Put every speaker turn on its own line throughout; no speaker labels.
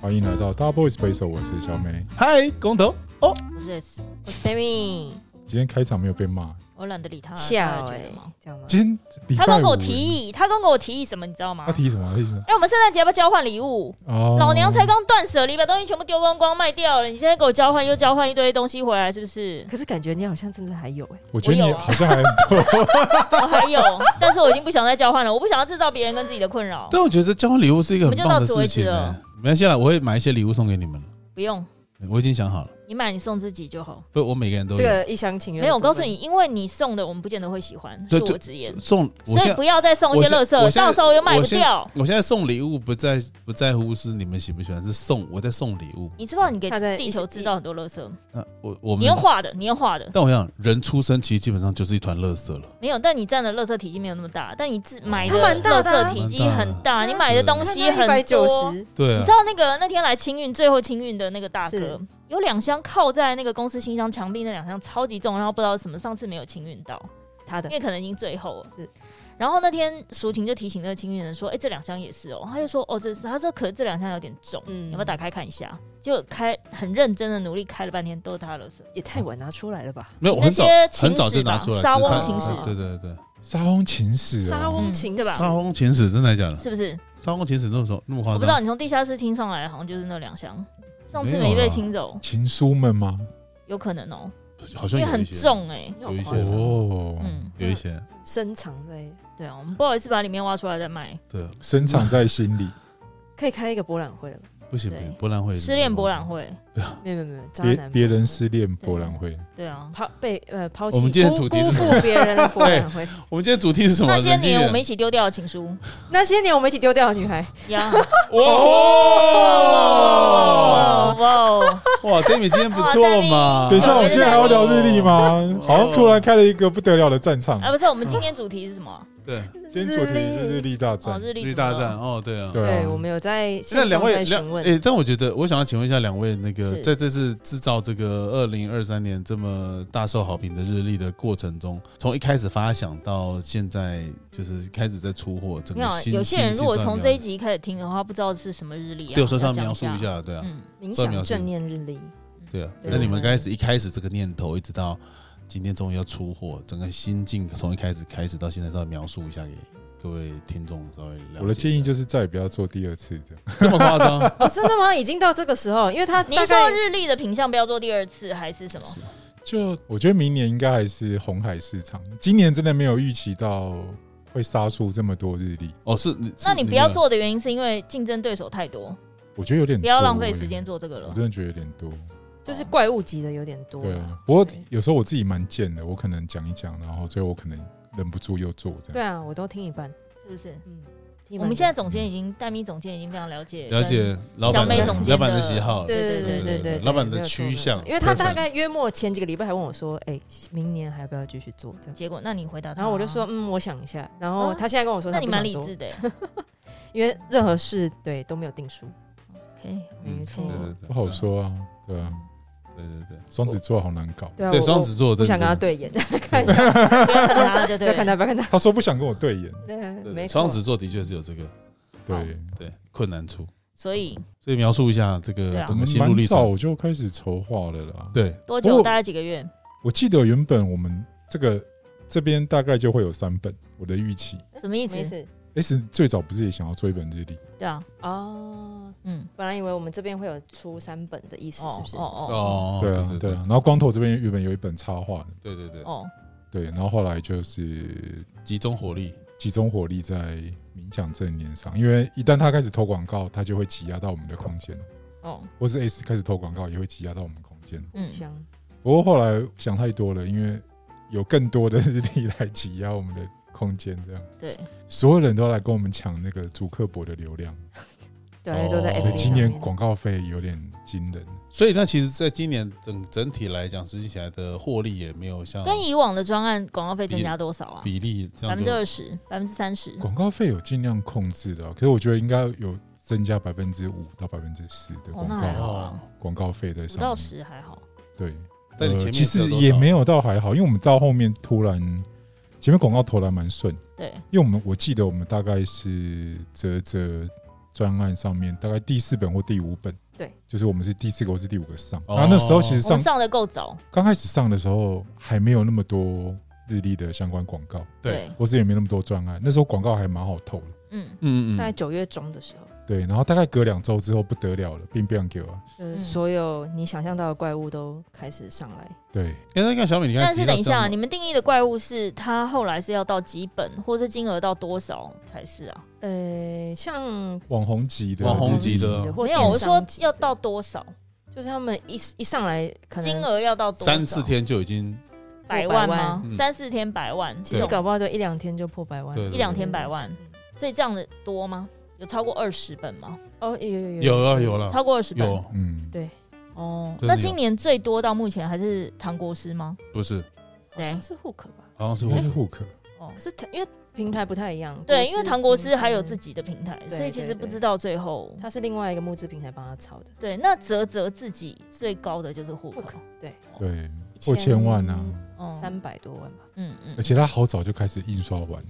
欢迎来到 Double Espresso，我是小美。
嗨，工头哦，
我是 S，我是 Tammy，欸
今天开场没有被骂，
我懒得理他，
笑
大家
哎、
觉得吗
这样吗？？
今天礼
他
拜
都
五
跟我提，议，他都跟我提议什么，你知道吗？
他提什么？他提什么？
哎、我们圣诞节要不要交换礼物？
哦
老娘才刚断舍离，把东西全部丢光光，卖掉了。你现在给我交换，又交换一堆东西回来，是 不是
可是感觉你好像真的还有哎、
我觉得
我
你
有啊
好像还很 多，
我哦还有，但是我已经不想再交换了，我不想要制造别人跟自己的困扰。
但我觉得交换礼物是一个很棒的事情、
我们就到此为止哦了
欸。没关系啦，我会买一些礼物送给你们，
不用，
我已经想好了。
你买你送自己就好。
不，我每个人都有
这个一厢情 愿。
没有，我告诉你，，因为你送的我们不见得会喜欢，
对
恕
就
我直言，
送。我
所
现
以
在
不要再送一些垃
我
圾，
现在
到时候又卖
我
不
现
掉。
我现在送礼物不在不在乎是你们喜不喜欢，是送我在送礼物。
你知不知道你给
他在
地
一起
球制造很多垃圾？
那我我们
你用，画的，你用画的，
但我想人出生其实基本上就是一团垃圾了。
没有，但你占的垃圾体积没有那么大，但你自买的
哦它蛮
垃
大的啊
圾体积很大，你买的东西很
一百九
多。
十，
对
你
啊
知，道那个那天来清运最后清运的那个大哥
是，
有两箱靠在那个公司信箱墙壁那两箱超级重，然后不知道什么上次没有清运到，
他
因
的
为可能已经最后了。
是。
然后那天淑婷就提醒那个清运人说：“哎、这两箱也是哦。”他就说：“哦，这是。”他说：“可是这两箱有点重，
嗯
你要不要打开看一下？”就开很认真的努力开了半天，都是他的垃圾。
也太晚拿出来了吧？
没有，我很早
那些
很早
情
就
史
拿
吧，
出来。
沙
只是
翁
它
情史，
对对对，
沙翁情史
啊
沙
哦，
翁
嗯
情
对吧
史
沙翁情史真的假的？
是不是？
沙翁情史那时候那么夸
我不知
张
道？你从地下室听上来，好像就是那两箱。上次
没
没
有啦
被清走，
情书们吗？
有可能哦、
好
因
像
为
有
很
一些，
重哎、
有一些
那种夸张
哦，
嗯，
有一些，
深藏在，
对啊，我们不好意思把里面挖出来再卖。
对，
深藏在心 里，
可以开一个博览会了吧？
不行不
对
行，博览会
失恋博览，会，
没有没有没有，渣
别
男
别人失恋博览会，
对啊，
抛被呃抛弃，
我们今天主题
辜
是
辜负别人的博览 会。
我们今天主题是什么？
那些
人际
年
人
我们一起丢掉的情书
那些年我们一起丢掉的女孩，
呀，哇哦
哇
哇，
哇，Demi 今天不错嘛！
等一下，
哦
我们今天还要聊日历吗？
哦
好像突然开了一个不得了的战场。
啊，不是，我们今天主题是 什么啊？
对
今天主题是日历大
哦，
战，
日历
绿
怎
大
么了
战，哦，对啊。
对
对我
啊，
们有在
现在两位
线上在
两
询问，
诶，但我觉得我想要请问一下两位，那个
是
在这次制造这个二零二三年这么大受好评的日历的过程中，从一开始发想到现在，就是开始在出货，整
没
个
有啊，
新
有些人
新
如果
计算
从
表
这一集开始听的话，不知道是什么日历啊，
对我手上
要讲
描述一，下，对啊，
嗯，
冥
稍微描
想
述
正念日历，
对啊。
对
那你们
嗯
开始一开始这个念头，一直到今天终于要出货，整个心境从一开始开始到现在，稍微描述一下给各位听众稍微了解一下。
我的建议就是再也不要做第二次这样。
这么夸张，
哦，真 的吗？已经到这个时候，因为他
你
大
是说
概
日历的品相不要做第二次，还是什么？
就我觉得明年应该还是红海市场，今年真的没有预期到会杀出这么多日历，
哦，是你，
那
是
你不要，做的原因是因为竞争对手太多，
我觉得有点
不要
多
浪费
欸
时间，做这个了
我。真的觉得有点多。
就是怪物级的有点多
对
了
啊，不过有时候我自己蛮贱的，我可能讲一讲，然后最后我可能忍不住又做这
对
样。
啊，我都听一半，
是不是？
嗯，听一半
我们现在总监已经戴咪总监已经非常了解，
了解老
小
板
美
的
总监
老板的
的
喜好，
对对对对对，
老板的
没有错
趋向
没有错因为他大
preference
概约莫前几个礼拜还问我说：“哎，明年还要不要继续做？”这
跟。
样，
结果，那你回答他，
然后我就说：“，嗯，我想一下。”然后
啊
他现在跟我说：“
那
他
你
不
蛮
想
理
做
智，的欸。
因为任何事对都没有定数。
OK，
嗯
没错
对对对
不好，说啊，对啊，
对对对
双子座好难搞。
对”啊，
对，对
我
双子座，
我不
对
想跟他
对
对眼，看一下，
不要看他，对
不
对
要看
了。
他，不要看他。
他说不想跟我对眼，
对，
对对
没错
双子座的确是有这个
对，嗯
对困难处，
所以
所以描述一下这
对
个
啊
我
整个
们
心路
蛮
历
早
程。
我就开始筹划了啦。
对，
多
不
久？
过
大概几个月？
我记得原本我们这个这边大概就会有三本，我的预期。
什么意
没
思？
事
S 最早不是也想要做一本日历？
对啊，
哦。
嗯，
本来以为我们这边会有出三本的意思，是
哦
不是
哦？哦
哦，
对啊，
对
对啊。然后光头这边原本有一本插画的，
对对对，
哦，
对，然后后来就是
集中火力，
集中火力在冥想正念上，因为一旦他开始投广告，他就会挤压到我们的空间，
哦，
或
嗯
是 S 开始投广告也会挤压到我们空间。
嗯，
香，
不过后来想太多了，因为有更多的日历来挤压我们的空间，这样
对，
所有人都来跟我们抢那个主客博的流量，
对，因为都在
哦
所以
FB
今
上
年
面
广告费有点惊人。
所以那其实在今年整整体来讲，实际起来的获利也没有像
跟以往的专案广告费增加多少啊？
比例这
百
样
分之
就
二十，百分之三十。
广告费有尽量控制的啊，可是我觉得应该有增加百分之五到百分之十的
哦
广，
那
告
还好啊，
广告费在
五
上
到
面。
十还好。
对，
但你
呃
前面
其
是有
实
多
也
少
没有到还好，因为我们到后面突然前面广告投篮蛮顺，
对，
因为我们我记得我们大概是折折专案上面，大概第四本或第五本，
对，
就是我们是第四个或是第五个上。
哦
然后那时候其实
我
上
们上的够早，
刚开始上的时候还没有那么多日历的相关广告，
对
对，
或是也没那么多专案，那时候广告还蛮好投的。
嗯，
嗯
大概
嗯，
九月中的时候，
对，然后大概隔两周之后不得了了，并不想给我。
就是
嗯
所有你想象到的怪物都开始上来。
对，
哎，那个小美，你刚才
但是
提到
等一
这
下，
样
你们定义的怪物是它后来是要到几本，或是金额到多少才是啊？
呃，像
网红级的
网红
日历
级的
或
没有，我
电商
说
级的
要到多少
就是他们一一上来可
金
能，
额要到多少
三四天就已经
百万
过百
吗
万？
嗯
三四天百万，
其
这
实
种
搞不好就一两天就破百万
对对，对
一两天百万
嗯。
所以这样的多吗？有超过二十本吗？
哦，有有有
有了有啊了
超过二十本
啊有，
嗯，
哦。
真的
那
有
今年最多到目前还是唐国师吗？
不是？
好
谁
像？是 Hook 吧？
好像是
应
我
该是 hook，
哦
可，是它因为平台不太一样，
对，因为唐国师还有
己。
自己的平台，
对
所以其实
对对
不知道最后
他是另外一个募资平台帮他炒的，
对。那泽泽自己最高的就是户口，
对，
对，破千万啊，
哦
三百多万吧。
嗯嗯
而且他好早就开始印刷完，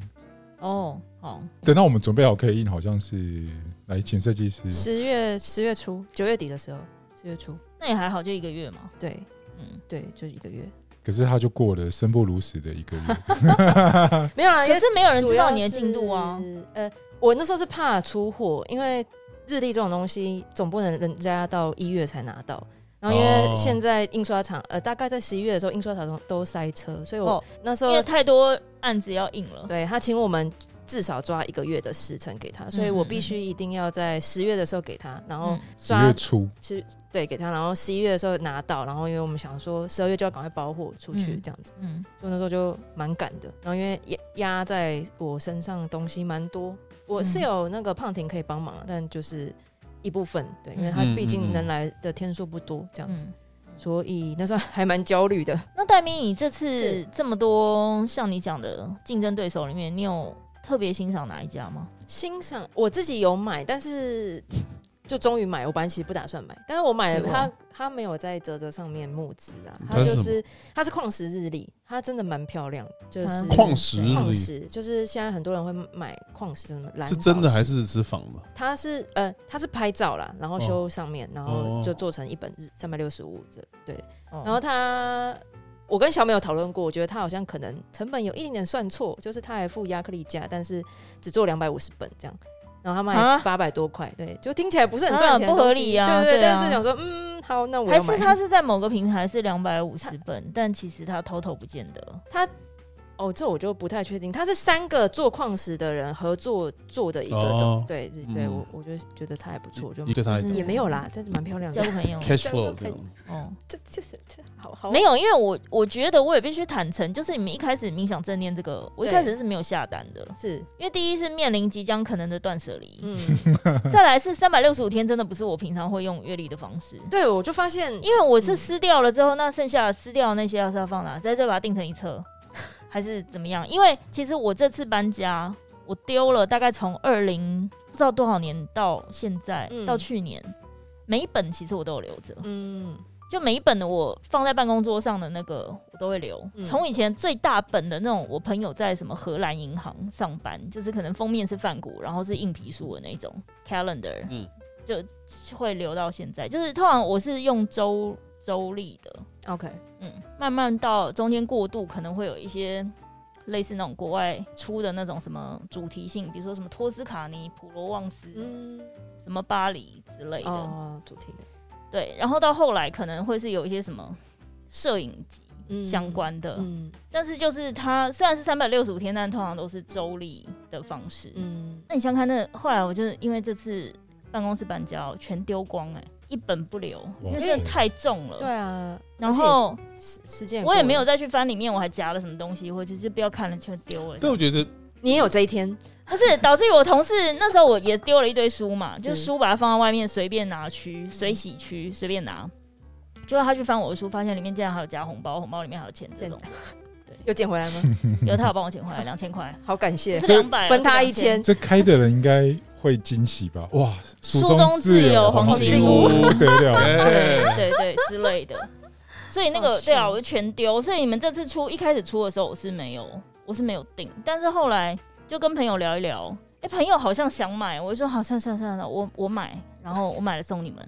哦，好，
等到我们准备好可以印，好像是来请设计师。
嗯
十月十月初，九月底的时候，十月初，
那也还好，就一个月嘛，
对
嗯。
对，就一个月，
可是他就过了生不如死的一个 月，
没有啦，因
可
为
是没有人
啊主
知道
要
你的进度啊，
是。呃，我那时候是怕出货，因为日历这种东西总不能人家到一月才拿到。然后因
哦
为现在印刷厂，呃，大概在十一月的时候，印刷厂都都塞车，所以我
哦
那时
因
候、
为太多案子要印了。
对他请我们至少抓一个月的时辰给他，所以我必须一定要在十月的时候给他，然后
嗯
十
抓
月初，
去对给他，然后十一月的时候拿到，然后因为我们想说十二月就要赶快包货出去
嗯
这样子，
嗯，
所以那时候就蛮赶的。然后因为压压在我身上的东西蛮多，我是
嗯
有那个胖婷可以帮忙，啊但就是一部分对，因为
嗯
他
嗯
毕
嗯
竟
嗯
能来的天数不多这样子，
嗯
所以那时候还蛮焦虑的。
那戴明，你这次
是
这么多像你讲的竞争对手里面，你有特别欣赏哪一家吗？
欣赏我自己有买，但是就终于买，我本来其实不打算买，但是我买
结
了
果
它，它没有在泽泽上面募资啊，
它是
它就
什么
是它是矿石日历，它真的蛮漂亮的，就是
嗯
矿石
对矿
日
石就是现在很多人会买矿石，什么蓝
是真的
宝石
还是是仿的？
它是呃它是拍照啦，然后修上面，然
哦
后就做成一本日三百六十五这对，
然
然后它。我跟小美有讨论过，我觉得它好像可能成本有一点点算错，就是它还附亚克力架，但是只做两百五十本这样，然后它
啊
卖八百多块，对，就听起来不是很赚
啊
钱的
不合
东西，
理啊
对对
对啊
但是想说，嗯，好，那我
还
要买
是他是在某个平台是两百五十本，但其实他偷偷不见得。
哦，这我就不太确定，它是三个做矿石的人合作做的一个的，
哦
对日对
嗯
我我就觉得它还不错，我就
一对他来讲
就是
也没有啦，真的蛮漂亮
交
的，
个朋 友
cash
这样
flow 这
就可以
样，
哦，
这就是这好好
没有，因为我我觉得我也必须坦诚，就是你们一开始冥想正念这个，我一
对
开始是没有下单的，
是
因为第一是面临即将可能的断舍离，
嗯，
再来是三百六十五天真的不是我平常会用阅历的方式，
对我就发现，
因为我是撕掉了之后，那剩下的撕掉的那些要是要放哪？再再把它定成一册，还是怎么样？因为其实我这次搬家，我丢了大概从二零不知道多少年到现在、
嗯
到去年，每一本其实我都有留着，
嗯
就每一本的我放在办公桌上的那个我都会留。
嗯
从、以前最大本的那种，我朋友在什么荷兰银行上班，就是可能封面是梵谷，然后是硬皮书的那种 calendar，
嗯
就会留到现在。就是通常我是用周周历的，
，OK，
嗯，慢慢到中间过渡，可能会有一些类似那种国外出的那种什么主题性，比如说什么托斯卡尼、普罗旺斯、
嗯。
什么巴黎之类的，
哦，主题的
对。然后到后来可能会是有一些什么摄影集相关的，
嗯
但是就是它虽然是三百六十五天，但通常都是周历的方式。
嗯，
那你想想看那后来我就是因为这次办公室搬家哦，全丢光哎、一本不留，因为真的太重了。
对啊，
然后
时时间
我也没有，再去翻里面，我还夹了什么东西，或者就不要看了，全丢了。
但我觉得
你也有这一天，
不是导致于我同事那时候我也丢了一堆书嘛，
是
就书把它放在外面随便拿区、水洗区随便拿，结果他去翻我的书，发现里面竟然还有夹红包，红包里面还有钱这 种，
有捡回来 吗？
有他有帮我捡回来两千块，
好感
不
谢
是，两百
分他一
千。
千，
这开的人应该会惊喜吧？哇，
书
中
中自有黄
黄
金
金
屋
屋，得了，
对
哎，
对对之类的。所以那个
好笑
对啊，我就全丢。所以你们这次出一开始出的时候，我是没有，我是没有定，但是后来就跟朋友聊一聊，哎、朋友好像想买，我就说好，算算算了，我我买，然后我买了送你们，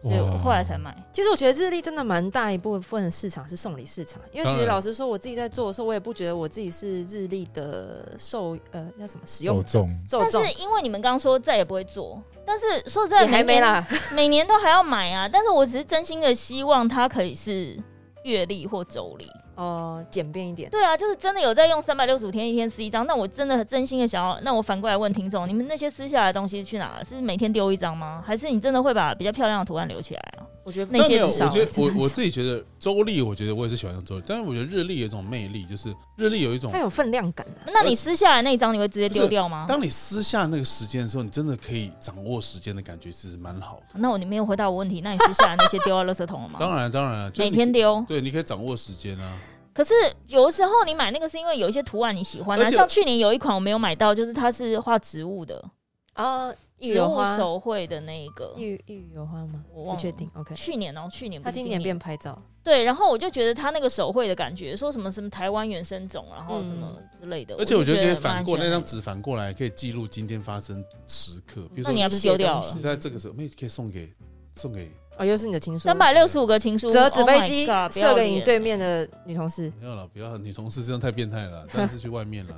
所以我后来才买。
其实我觉得日历真的蛮大一部分的市场是送礼市场，因为其
当
实
然
老实说，我自己在做的时候，我也不觉得我自己是日历的受呃叫什么使
受
用
众，
受
但
众
是，因为你们刚说再也不会做，但是说实在
也还没，啦。
每年都还要买啊。但是我只是真心的希望它可以是月历或周历。
哦，简便一点。
对啊，就是真的有在用三百六十五天，一天撕一张。那我真的很真心的想要，那我反过来问听众，你们那些撕下来的东西去哪了？是每天丢一张吗？还是你真的会把比较漂亮的图案留起来啊？
我觉得
那
但
些
没有，
至少
我觉得
是
我我自己觉得周历，我觉得我也是喜欢用周历，但是我觉得日历有一种魅力，就是日历有一种
它，有分量感啊。
那你撕下来那一张，你会直接丢掉吗？
当你撕下那个时间的时候，你真的可以掌握时间的感觉，其实蛮好的。
那我你没有回答我问题，那你撕下来那些丢到垃圾桶了吗？
当然，当然，就
每
你
天丢。
对，你可以掌握时间啊。
可是有的时候你买那个是因为有一些图案你喜欢啊，
而且
像去年有一款我没有买到，就是它是画植物的，
啊，玉
植
油
物
花，
手绘的那一个，
玉玉油花吗？
我忘了
不确定。OK，
去年哦、去年不
它
是今
今年变拍照，
对，然后我就觉得他那个手绘的感觉，说什么什么台湾原生种，然后什么之类的，
而且我觉
就
得可以
觉蛮
反过
喜欢
那张
的，嗯
纸，反过来可以记录今天发生时刻，比如
那
说
你还不是丢掉
一些
了
东？西
在这个时候，那可以送给送给
哦，又是你的情书。
三百六十五个情书，
折纸飞机
Oh my God，不要
射给你
脸
对面的女同事。
没有了，不要女同事，真的太变态了，但是去外面了。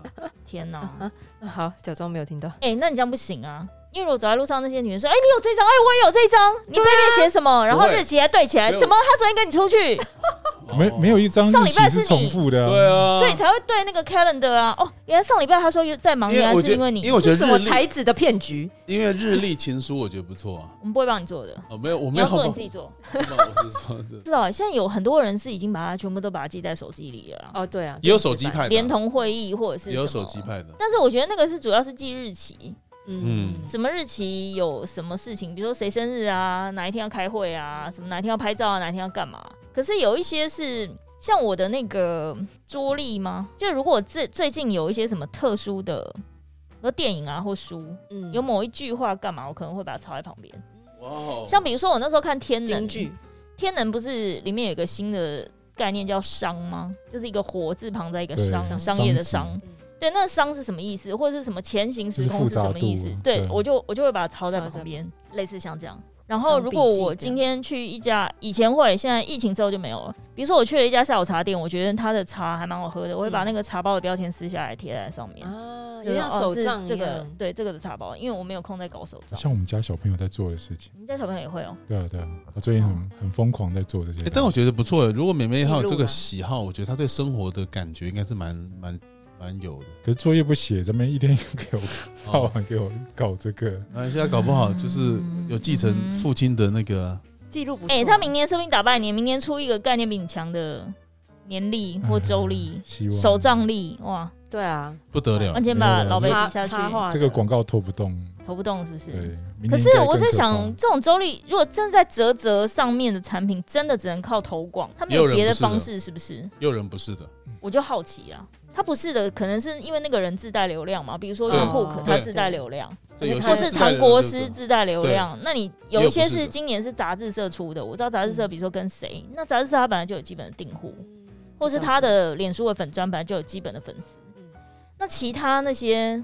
天哪！
啊
嗯
啊好，假装没有听到。
哎、那你这样不行啊！因为我走在路上，那些女人说：“哎、你有这张，哎、我也有这张，你背面写什么？然后
啊不会
日期还对起来，
没有
什么？他昨天跟你出去，
没没有一张
上
日
礼拜
期
是你
是重复的、
哦对啊，
所以才会对那个 calendar 啊。哦，原来上礼拜他说又在忙，
因
原
为
来
我
是
觉
因为
得，
你，
因为我觉
这
得
是什么
日历，
才子的骗局？
因为日历情书我觉得不错啊。
我们不会帮你做的，
哦，没有，我
你
没
要
有，
做你自己做。
我不是说这，
至少现在有很多人是已经把它全部都把它记在手机里了啊、
哦，对啊，
也有手机
这个是
派的
连
啊，
同会议或者是
也有
什
手
么
机派的。
但是我觉得那个是主要是记日期，
嗯
嗯，
什么日期有什么事情，比如说谁生日啊，哪一天要开会啊，什么哪一天要拍照啊，哪一天要干嘛。可是有一些是像我的那个桌历吗？就如果最最近有一些什么特殊的，比如电影啊或书，
嗯
有某一句话干嘛，我可能会把它抄在旁边。
哇哦，
像比如说我那时候看《天能
京》，剧
天能不是里面有一个新的概念叫商吗？就是一个火字旁在一个
对
商，
商
商业的
商
商
字。
嗯
对，那商是什么意思，或者是什么前行时空
就是复
是什
杂
么意思
度？
对
对
我就我就会把它抄在
抄在
旁边，类似像这样。然后如果
当笔记
我
这样
今天去一家，以前会，现在疫情之后就没有了。比如说我去了一家下午茶店，我觉得它的茶还蛮好喝的，我会把
嗯
那个茶包的标签撕下来贴在上面。
啊，
就
也
是
像
哦
手
是
账
这
一
个
样。
对这个的茶包，因为我没有空在搞手账。
像我们家小朋友在做的事情。
你们家小朋友也会哦、
对啊，对啊，我最近很很疯狂在做这些东西、
欸但我觉得不错欸。如果美美她有
啊记录啊
这个
吗
喜好，我觉得她对生活的感觉应该是蛮蛮蛮有 的。
可是作业不写，这边一天给我画
哦，
完，给我搞这个。
那现在啊搞不好就是有继承父亲的那个啊
记录不
哎、
错
他明年说不定打败你，明年出一个概念比你强的年历或周历
嗯、希望
手账历，哇，
对啊，
不得了
完。全把
没有
老
被
贝
插
比下去，
插画
这个广告拖不动。
投不动是不
对
是？，
明年
啊可是
应该
我在
更可
想
控，
这种周历如果真在泽泽上面的产品，真的只能靠投广，他们
也有人
别的
不是的
方式是不是？
也有人不是的，
我就好奇啊，他不是的，可能是因为那个人自带流量嘛，比如说
嗯
对
像 Hook，
哦
他
对
自带流量，
对，有
而且
或
他
些
是
自带
唐
的
国
那个
师自带流量。那你有一些
也有不是
是
的
今年是杂志社出的，我知道杂志社，
嗯
比如说跟谁，那杂志社他本来就有基本的订户，
嗯
或是他的脸书的粉砖本来就有基本的粉丝
嗯。
那其他那些，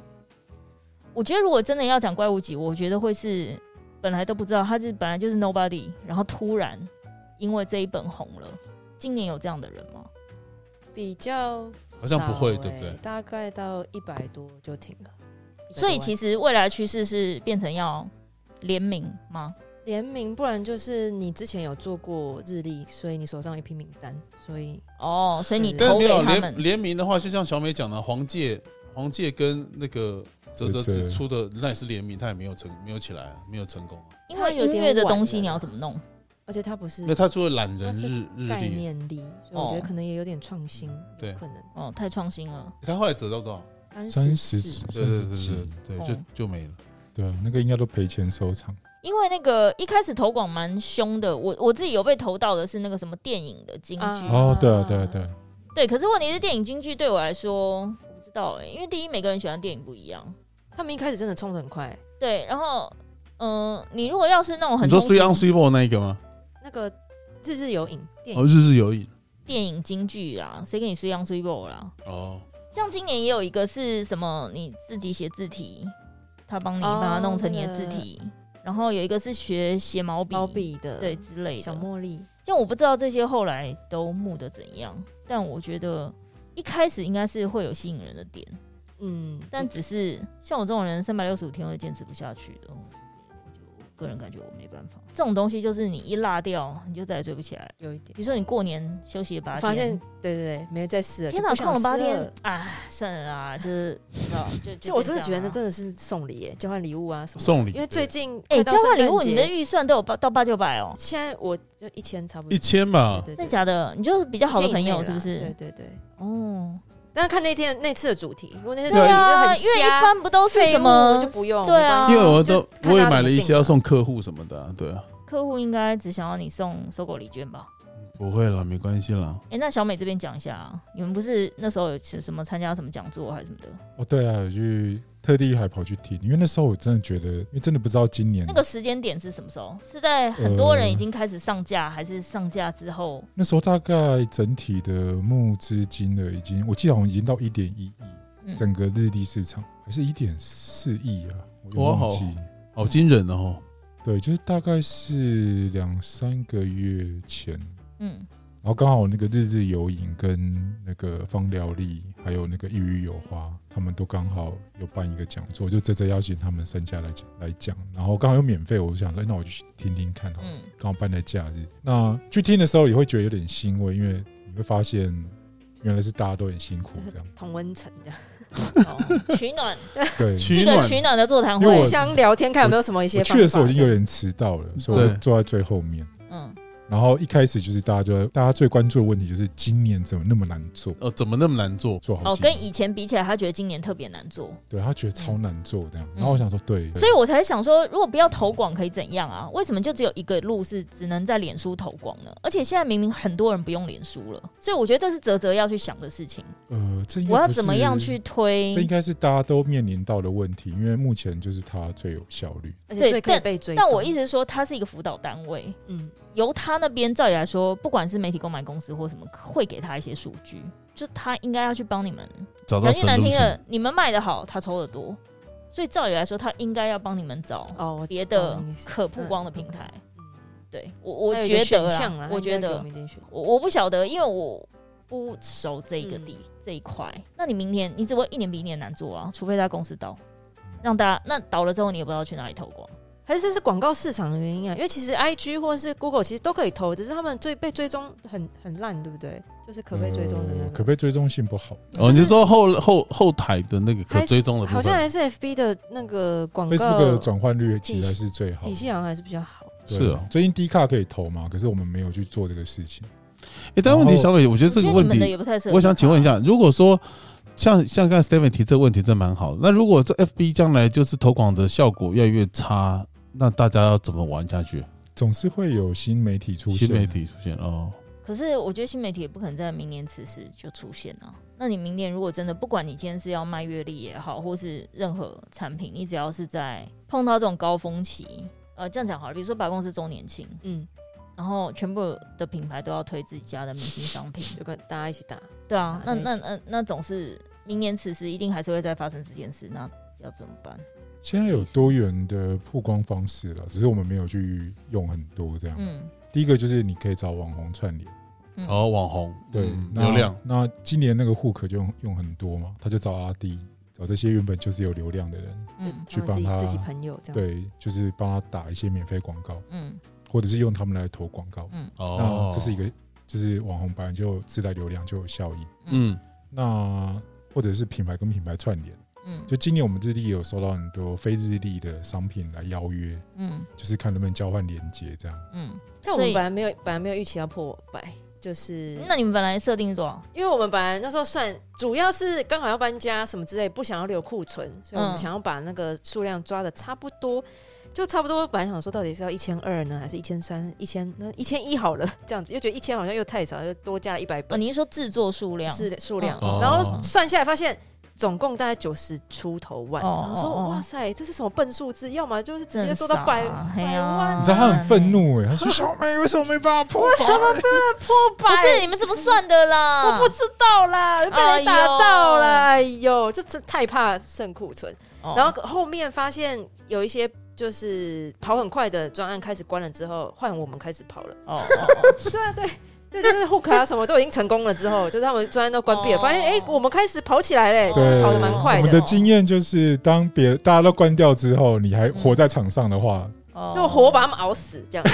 我觉得如果真的要讲怪物级，我觉得会是本来都不知道他是本来就是 nobody，然后突然因为这一本红了。今年有这样的人吗？
比较
好像不会
少
对
欸
不
哎
对
大概到一百多就停了。
所以其
实
实未来趋势是变成要联名吗？
联名，不然就是你之前有做过日历，所以你手上有一批名单，所以
哦，所以你
对
但
投
没
给
有
他
联
们，
联名的话，就像小美讲的，黄界黄界跟那个泽
泽
泽
泽
只出的那也是联名，他也没有成没有起来
嗯
啊，没有成功啊。
因为音乐的东西你要怎么弄？
而且它不是
那他出了懒人
它是
日日
概
历，
念历，所以我觉得
哦
可能也有点创新，
对
有可能
哦，太创新
嗯
了。
他后来折到多少？
三
三
十
十
几
四，
对对
三十
对
几
对对，
哦
就就没了。
对啊，那个应该都赔钱收场。
因为那个一开始投广蛮凶的，我我自己有被投到的是那个什么电影的金句，
啊
哦，对啊，对啊，对啊，
对。可是问题是电影金句对我来说，我不知道哎、因为第一每个人喜欢的电影不一样，
他们一开始真的冲的很快，
对。然后，嗯、你如果要是那种很
你说
通
“three on
俗
three ball” 那一个吗？
那个日日有影电
哦，
影，
日日有意
电影金句啊，谁给你随阳随 b 啦？
哦，
像今年也有一个是什么你自己写字体，他帮你
哦
把它弄成你的字体。然后有一个是学写毛笔，
毛笔的，
对，之类
小
的。
茉莉，
像我不知道这些后来都木的怎样，但我觉得一开始应该是会有吸引人的点，
嗯，
但只是像我这种人，三百六十五天会坚持不下去的。我是我就我个人感觉我没办法，这种东西就是你一落掉，你就再也追不起来了。
有一点
比，如说你过年休息八
我
天，
发现对对对，没有再试了，
天
就
哪，
不想
空了八
试
天
了。，
哎，算了啦，就是你知道，就
就我真的觉得
这，啊
真的是送礼耶，交换礼物啊什么的。
送礼，
因为最近
哎，
快到
交换礼物
圣诞
你
节
的预算都有八到八九百哦，
现在我就一千差不多
一，千啊吧，
对对
真
对
的假的？你就是比较好的
1000以
朋友
内
是不
啦
是？
啊对对对。
哦，
但是看那天那次的主题，如果那次主
对
题就
啊，
很
因为一
瞎，
般不都是
废
什
物
么
就不用，
对啊
没关系
因为我都
就看
我也
大家
买了
怎么
一
定
些要
啊
送客户什么的啊，对啊，
客户应该只想要你送搜狗礼券吧？
不会了，没关系啦。
哎、那小美这边讲一下啊，你们不是那时候有去什么参加什么讲座还是什么的？
哦，对啊，我去特地还跑去听，因为那时候我真的觉得，因为真的不知道今年
那个时间点是什么时候？是在很多人已经开始上架，还是上架之后？
那时候大概整体的募资金额已经，我记得好像已经到一点一亿，
嗯，
整个日历市场还是一点四亿啊，我有
哇
忘记。
好惊人哦！
对，就是大概是两三个月前，
嗯，
然后刚好那个日日有影跟那个方疗丽，还有那个一语有花，他们都刚好有办一个讲座，就这这邀请他们三家来讲来讲，然后刚好又免费，我就想说，哎那我就去听听看好了
嗯
刚好办在假日，那去听的时候也会觉得有点欣慰，因为你会发现原来是大家都很辛苦 这样，
同温层这样，
哦 取暖，
对。
是
取
一个取暖的座谈
因为
会
我
互。相聊天看有没有什么一些
我
方法。
去的时候我已经有点迟到了，所以我就
对
坐在最后面。
嗯，
然后一开始就是大家就大家最关注的问题就是今年怎么那么难做，
哦，怎么那么难做？
做好
哦，
今年
跟以前比起来，他觉得今年特别难做，
对他觉得超难做这样。
嗯
然后我想说，对，
所以我才想说，如果不要投广可以怎样啊？为什么就只有一个路是只能在脸书投广呢？而且现在明明很多人不用脸书了，所以我觉得这是泽泽要去想的事情。
呃，这应该
我要
不是
怎么样去？推
这应？该是大家都面临到的问题，因为目前就是它最有效率。
而
对
且最可以被追踪。
但我一直说它是一个辅导单位，
嗯，
由他那边照理来说，不管是媒体购买公司或什么，会给他一些数据，就他应该要去帮你们。
找到
讲句
神
难
路
听
线
的，你们卖的好，他抽的多，所以照理来说，他应该要帮你们找
哦，我
别的
懂你意思
可曝光的平台。
嗯
对我，我
还有一
觉
个
得
选项
啦
啦，
我觉
应该给啊我
得
们一点选
我我不晓得，因为我不熟这个地、这一块。那你明年你只会一年比一年难做啊，除非他公司倒，
嗯
让大家那倒了之后，你也不知道去哪里投光。
还是这是广告市场的原因啊？因为其实 I G 或是 Google 其实都可以投，只是他们最被追踪很很烂，对不对？就是嗯可被追踪的那
呃
个，
可被追踪性不好。
哦，你是说后后后台的那个可
还是
追踪的部
好
分？
像
啊
还是 F B 的那个广
Facebook
告
的转换率其实还
体系
是最好的
体系好像还是比较好。
对
是哦
最近 D 卡可以投嘛，可是我们没有去做这个事情。
哎，但问题，
然后
小美，我觉得这
我
个
觉得你
问
们的
题，
也不太适合。
我想请问一，下，如果说像像刚才 Steven 提这个问题，真蛮好的。那如果这 FB 将来就是投广的效果越来越差，那大家要怎么玩下去？
总是会有新媒体出现。
新媒体出现哦，
可是我觉得新媒体也不可能在明年此时就出现啊。那你明年如果真的，不管你今天是要卖月历也好，或是任何产品，你只要是在碰到这种高峰期，呃，这样讲好了，比如说百货公司周年庆，
嗯，
然后全部的品牌都要推自己家的明星商品，
就跟大家一起打，
对啊，那
打在一
那
起
那那总是明年此时一定还是会再发生这件事，那要怎么办？
现在有多元的曝光方式了，只是我们没有去用很多这样。
嗯
第一个就是你可以找网红串联，
嗯，
哦，网红
对
嗯，
那
流量。
那今年那个户可就用用很多嘛，他就找阿弟，找这些原本就是有流量的人，
嗯
去
就他
帮他
们自己自己朋友这样子。
对，就是帮他打一些免费广告，
嗯
或者是用他们来投广告。
嗯
哦
那，这是一个，就是网红版就自带流量就有效益。
嗯，
那或者是品牌跟品牌串联，
嗯
就今年我们日历也有收到很多非日历的商品来邀约，
嗯
就是看能不能交换连接这样。
哦
嗯，
但我
所
们
以
本来没有，本来没有预期要破百，就是
那你们本来设定是多少？
因为我们本来那时候算，主要是刚好要搬家什么之类，不想要留库存，所以我
嗯
们想要把那个数量抓的差不多，就差不多。本来想说到底是要一千二呢，还是一千三、一千那一千一好了，这样子又觉得一千好像又太少，又多加了一百
哦，
本
你是说制作数量？
是的数量
哦，
然后算下来发现。总共大概九十出头万。
哦
然后说
哦哦
哇塞，这是什么笨数字？要么就是直接
真
做到
傻
百
啊嘿
百
啊
万，
你知道他很愤怒哎、他说：“小美为什么没办法破百？
不是你们怎么算的啦？
我不知道啦，被人打到了，嗯哎呦，这真太怕剩库存。
哦，
然后后面发现有一些就是跑很快的专案开始关了之后，换我们开始跑了。
哦哦
对啊，对。对，就是 hook 啊，什么都已经成功了之后，就是他们专案都关闭了，
哦
发现哎、我们开始跑起来嘞，就
对，
是跑得蛮快
我们
的
的，
哦
经验就是，当别大家都关掉之后，你还活在场上的话，
哦
就活把他们熬死这样。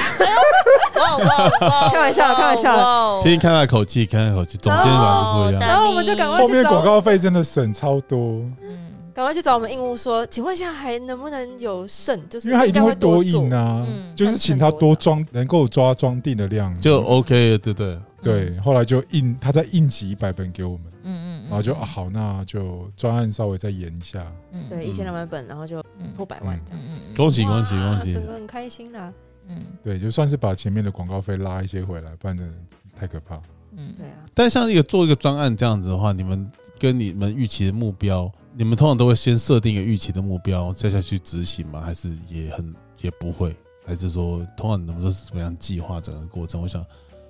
哇哇哇
开玩笑开玩笑
哇
天天看他的口气，看他的口气，总监完全不一
哦
样。
然后我们就赶快
后
去
面
找
广告费真的省超多，
嗯
赶快去找我们应务说，请问一下还能不能有剩？就是
因为他一定
应该
会
会多
多
做
印啊，
嗯
就是请他多装，能够抓装订的量
就 OK 了，对不对？
嗯
对。后来就印，他再印起一百本给我们，
嗯嗯，
然后就啊好，那就专案稍微再延一下，
嗯
对，一千两百本，然后就
嗯
破百万这样。
嗯嗯
恭喜恭喜
哇
恭喜
整！个很开心啦。
嗯
对，就算是把前面的广告费拉一些回来，不然真的太可怕。
嗯
对啊，
但像一个做一个专案这样子的话，你们跟你们预期的目标，你们通常都会先设定一个预期的目标，再下去执行吗？还是也很也不会？还是说，通常你们都是怎么样计划整个过程？我想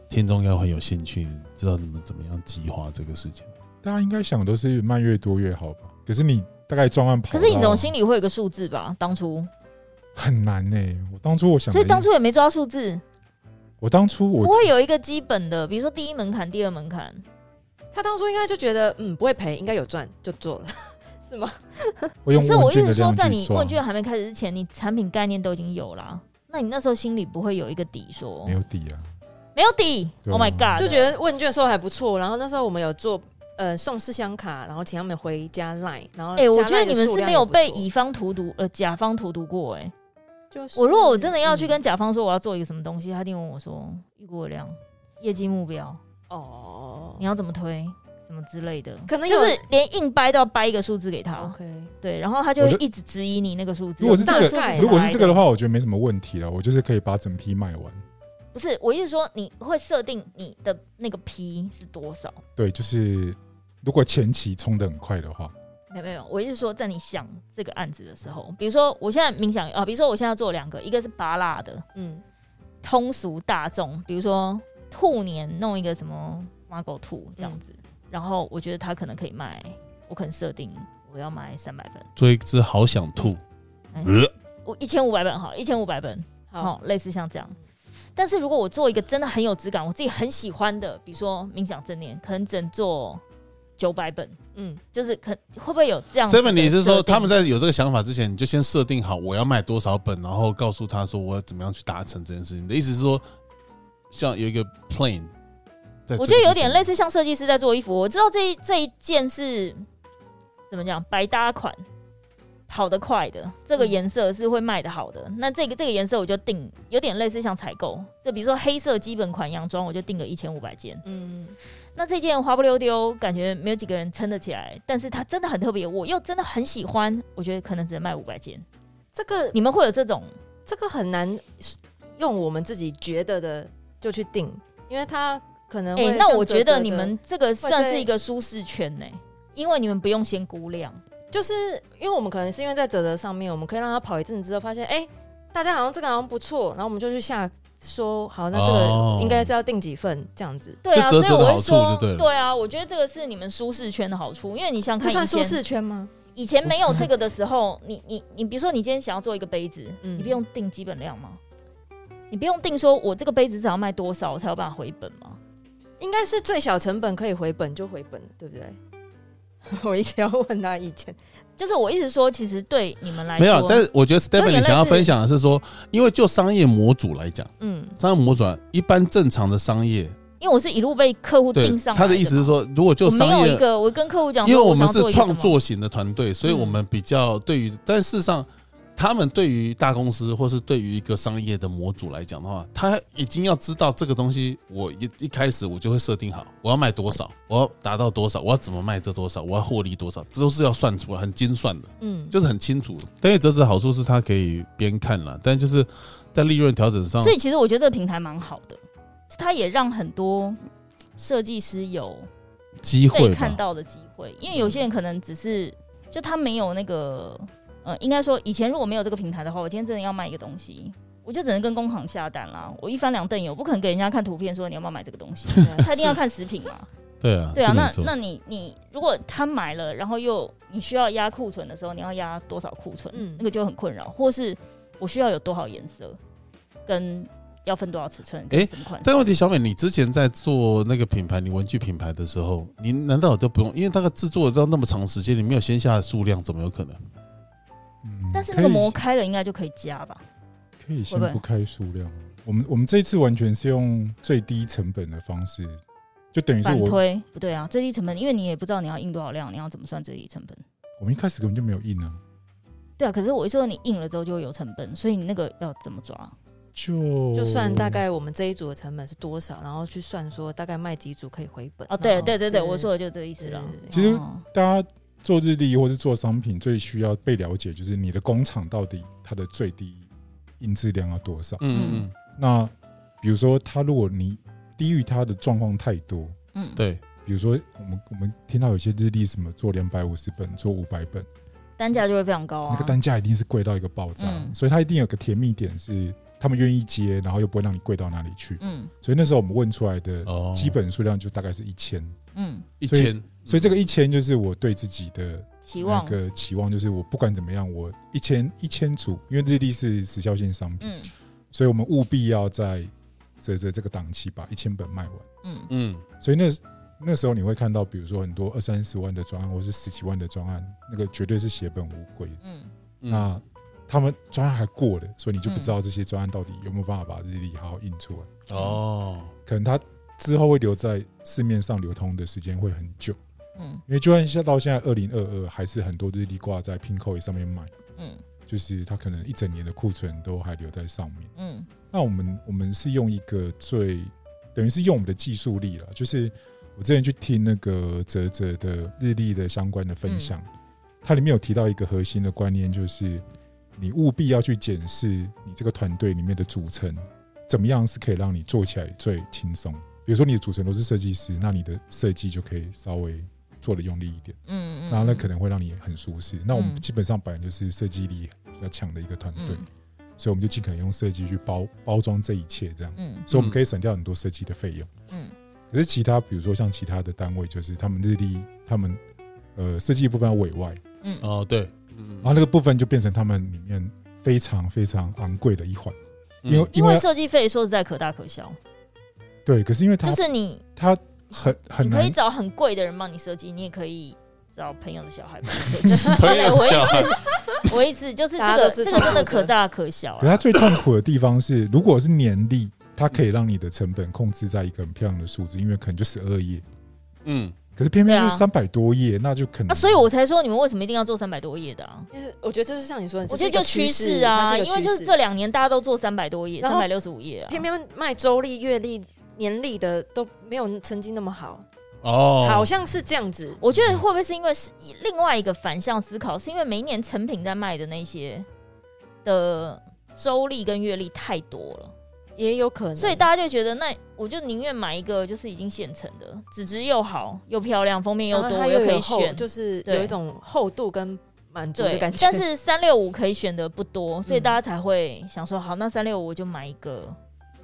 听众应该很有兴趣，知道你们怎么样计划这个事情。
大家应该想都是卖越多越好吧？可是你大概专案跑到，
可是你总心里会有个数字吧？当初，
很难呢、我当初我想的
所
应，
以当初也没抓数字，
我当初
不
我
会有一个基本的，比如说第一门槛、第二门槛。
他当初应该就觉得，嗯，不会赔，应该有赚就做了， 是吗？
我
可
用
是我
问
一
卷
直
的
说，
量
在
去
你
抓
问，卷还没开始之前，你产品概念都已经有啦，那你那时候心里不会有一个底说，
没有底啊。
没有底
对啊
，Oh my God，
就觉得问卷收的还不错。然后那时候我们有做呃送思想卡，然后请他们回家 line，然后
哎、我觉得你们是没有被
以，
乙方荼毒，呃，甲方荼毒过、哎，
就是嗯
我如果我真的要去跟甲方说我要做一个什么东西，他一定问我说预估的量、业绩目标，
嗯哦
你，要怎么推，什么之类的，
可能有哦嗯
就是连硬掰都要掰一个数字给他，
OK，
对，然后他就会
我就
一直质疑你那个数字。
如果是这个
我不知道哎数
如
字怎么来
果是这个的，话，我觉得没什么问题了，我就是可以把整批卖完。
不是我意思说你会设定你的那个 P 是多少？
对，就是如果前期冲的很快的话，
没有没有，我意思说在你想这个案子的时候，比如说我现在冥想啊，比如说我现在要做两个，一个是拔蜡的，
嗯，
通俗大众，比如说兔年弄一个什么马狗兔这样子，然后我觉得它可能可以卖，我可能设定我要卖三百本，
做一只好想吐，
哎
呃
我一千五百本好，一千五百本好
好，，
类似像这样。但是如果我做一个真的很有质感，我自己很喜欢的，比如说冥想正念，可能只能做九百本，
嗯，
就是可会不会有这样子的设
Seven，
定？
你是说他们在有这个想法之前，你就先设定好我要卖多少本，然后告诉他说我要怎么样去达成这件事情？你的意思是说，像有一个 plan，在
我觉得有点类
似，
似像设计师在做衣服。我知道这一这一件是怎么讲，百搭款，跑得快的，这个
嗯
颜色是会卖得好的。那这个这个颜色我就定，有点类似像采购。就比如说黑色基本款洋装，我就定个一千五百件。
嗯，
那这件滑不溜丢，感觉没有几个人撑得起来，但是它真的很特别，我又真的很喜欢，我觉得可能只能卖五百件。
这个
你们会有这种
这个很难用我们自己觉得的就去定，因为他可能
哎、
会
那
像
我
泽
觉
泽
得
的
你们这个算是一个舒适圈呢、因为你们不用先估量。
就是因为我们可能是因为在泽泽上面，我们可以让他跑一阵子之后，发现哎、大家好像这个好像不错，然后我们就去下说好，那这
哦
个应该是要定几份这样子，
对啊，
就
所
折
以
折的
我
好
会
处
说
就对了，
啊，我觉得这个是你们舒适圈的好处，因为你想
这
看
算
以
舒
前
适圈吗？
以前没有这个的时候，你你你，比如说你今天想要做一个杯子，
嗯
你不用定基本量吗？你不用定说我这个杯子只要卖多少，我才有办法回本吗？
应该是最小成本可以回本就回本，对 不对？我一直要问他意见，
就是我一直说，其实对你们来说，
没有。但是我觉得 Stephen
有
你
点
想要
类似
分享的是说，因为就商业模组来讲，
嗯，
商业模组啊一般正常的商业，
因为我是一路被客户
对
盯上来
他的意思是说，如果就
我没
商
有
业
一个，我跟客户讲说，
因为我们
想
是
要做一个
创
什么嗯
作型的团队，所以我嗯们比较对于，但事实上，他们对于大公司或是对于一个商业的模组来讲的话，他已经要知道这个东西，我一一开始我就会设定好，我要卖多少，我要达到多少，我要怎么卖这多少，我要获利多少，这都是要算出来，很精算的，
嗯，
就是很清楚。但是折纸好处是它可以边看了，但就是在利润调整上
所，以其实我觉得这个平台蛮好的，它也让很多设计师有
机会
被
吧
看，到的机会，
嗯
因为有些人可能只是就他没有那个呃，应该说以前如果没有这个平台的话，我今天真的要卖一个东西，我就只能跟工行下单啦。我一翻两瞪眼，我不可能给人家看图片说你要不要买这个东西，他一定要看实品嘛。
对啊，
对啊，
是没
那
错
那你你如果他买了，然后又你需要压库存的时候，你要压多少库存？
嗯
那个就很困扰。或是我需要有多少颜色，跟要分多少尺寸，跟
诶
什么款式？
但问题，小美，你之前在做那个品牌，你文具品牌的时候，你难道都不用？因为大概制作到那么长时间，你没有先下数量，怎么有可能？
嗯
但是
可
那个
以
膜开了，应该就可以加吧？
可以先
会不会
不开数量。啊我们我们这一次完全是用最低成本的方式，就等于是
反
我
推不对啊，最低成本，因为你也不知道你要印多少量，你要怎么算最低成本？
我们一开始根本就没有印啊，
对啊，可是我说你印了之后就会有成本，所以你那个要怎么抓？
就
就算大概我们这一组的成本是多少，然后去算说大概卖几组可以回本。嗯
哦，对
然后
对对对，我说的就这个意思了。
对
其实
哦
大家做日历或是做商品，最需要被了解就是你的工厂到底它的最低印质量要多少。
嗯嗯，
那比如说，它如果你低于它的状况太多，
嗯，
对，
比如说我们我们听到有些日历什么做两百五十本，做五百本，
单价就会非常高啊。
那个单价一定是贵到一个爆炸，
嗯
所以它一定有个甜蜜点是他们愿意接，然后又不会让你贵到哪里去。
嗯
所以那时候我们问出来的
哦，
基本数量就大概是一千，
嗯，
一
所以
千，
所以这个一千就是我对自己的
期
那
望，
个期望，就是我不管怎么样，我一千一千组，因为日历是时效性商品，
嗯
所以我们务必要在这这这个档期把一千本卖完。
嗯
嗯，
所以那那时候你会看到，比如说很多二三十万的专案，或是十几万的专案，那个绝对是血本无归。
嗯
嗯
那他们专案还过了，所以你就不
嗯
知道这些专案到底有没有办法把日历好好印出来。
哦，
可能它之后会留在市面上流通的时间会很久，
嗯
因为就算像到现在二零二二，还是很多日历挂在 Pinko 上面卖，
嗯
就是它可能一整年的库存都还留在上面。
嗯
那我们我们是用一个最等于是用我们的技术力了，就是我之前去听那个泽泽的日历的相关的分享，
嗯
它里面有提到一个核心的观念，就是你务必要去检视你这个团队里面的组成，怎么样是可以让你做起来最轻松。比如说你的组成都是设计师，那你的设计就可以稍微做的用力一点，
嗯，
那那可能会让你很舒适。那我们
嗯
基本上本来就是设计力比较强的一个团队。
嗯
所以我们就尽可能用设计去包包装这一切，这样，
嗯
所以我们可以省掉很多设计的费用。
嗯
可是其他，比如说像其他的单位，就是他们日历，他们呃设计部分要委外，
嗯
哦，对，嗯
然后那个部分就变成他们里面非常非常昂贵的一环，因
嗯
为
因为设计费说实在可大可小，
对，可是因为
就
它
是你
它很很
你可
难
以，找很贵的人帮你设计，你也可以找朋友的小 孩帮你设计。
朋友
我
小孩，
我意思就是这
大家
个
都是
这个真
创
的
作者
可大可小啊
可是
啦。
它 最痛苦的地方是，如果是年历，它可以让你的成本控制在一个很漂亮的数字，因为可能就十二页，
嗯，
可是偏偏就是
对
三百多页，那就可能
啊，所以我才说你们为什么一定要做三百多页的啊？
因为我觉得就是像你说的，
我觉得
这是一个
就趋势
势它
啊，
是一个
因为
趋
就是
势
这两年大家都做三百多页，
然
三
后
百六十五页啊。
偏偏卖周历、月历、年历的都没有曾经那么好，
哦，
好像是这样子。
我觉得会不会是因为是另外一个反向思考，是因为每一年成品在卖的那些的周历跟月历太多了，
也有可能，
所以大家就觉得那我就宁愿买一个就是已经现成的，纸质又好又漂亮，封面又
然后
多，
它
我
又
可
有
以
厚
选。
就是
对
有一种厚度跟满足的
对
感觉。，嗯
但是三六五可以选的不多，所以大家才会想说，好，那三六五我就买一个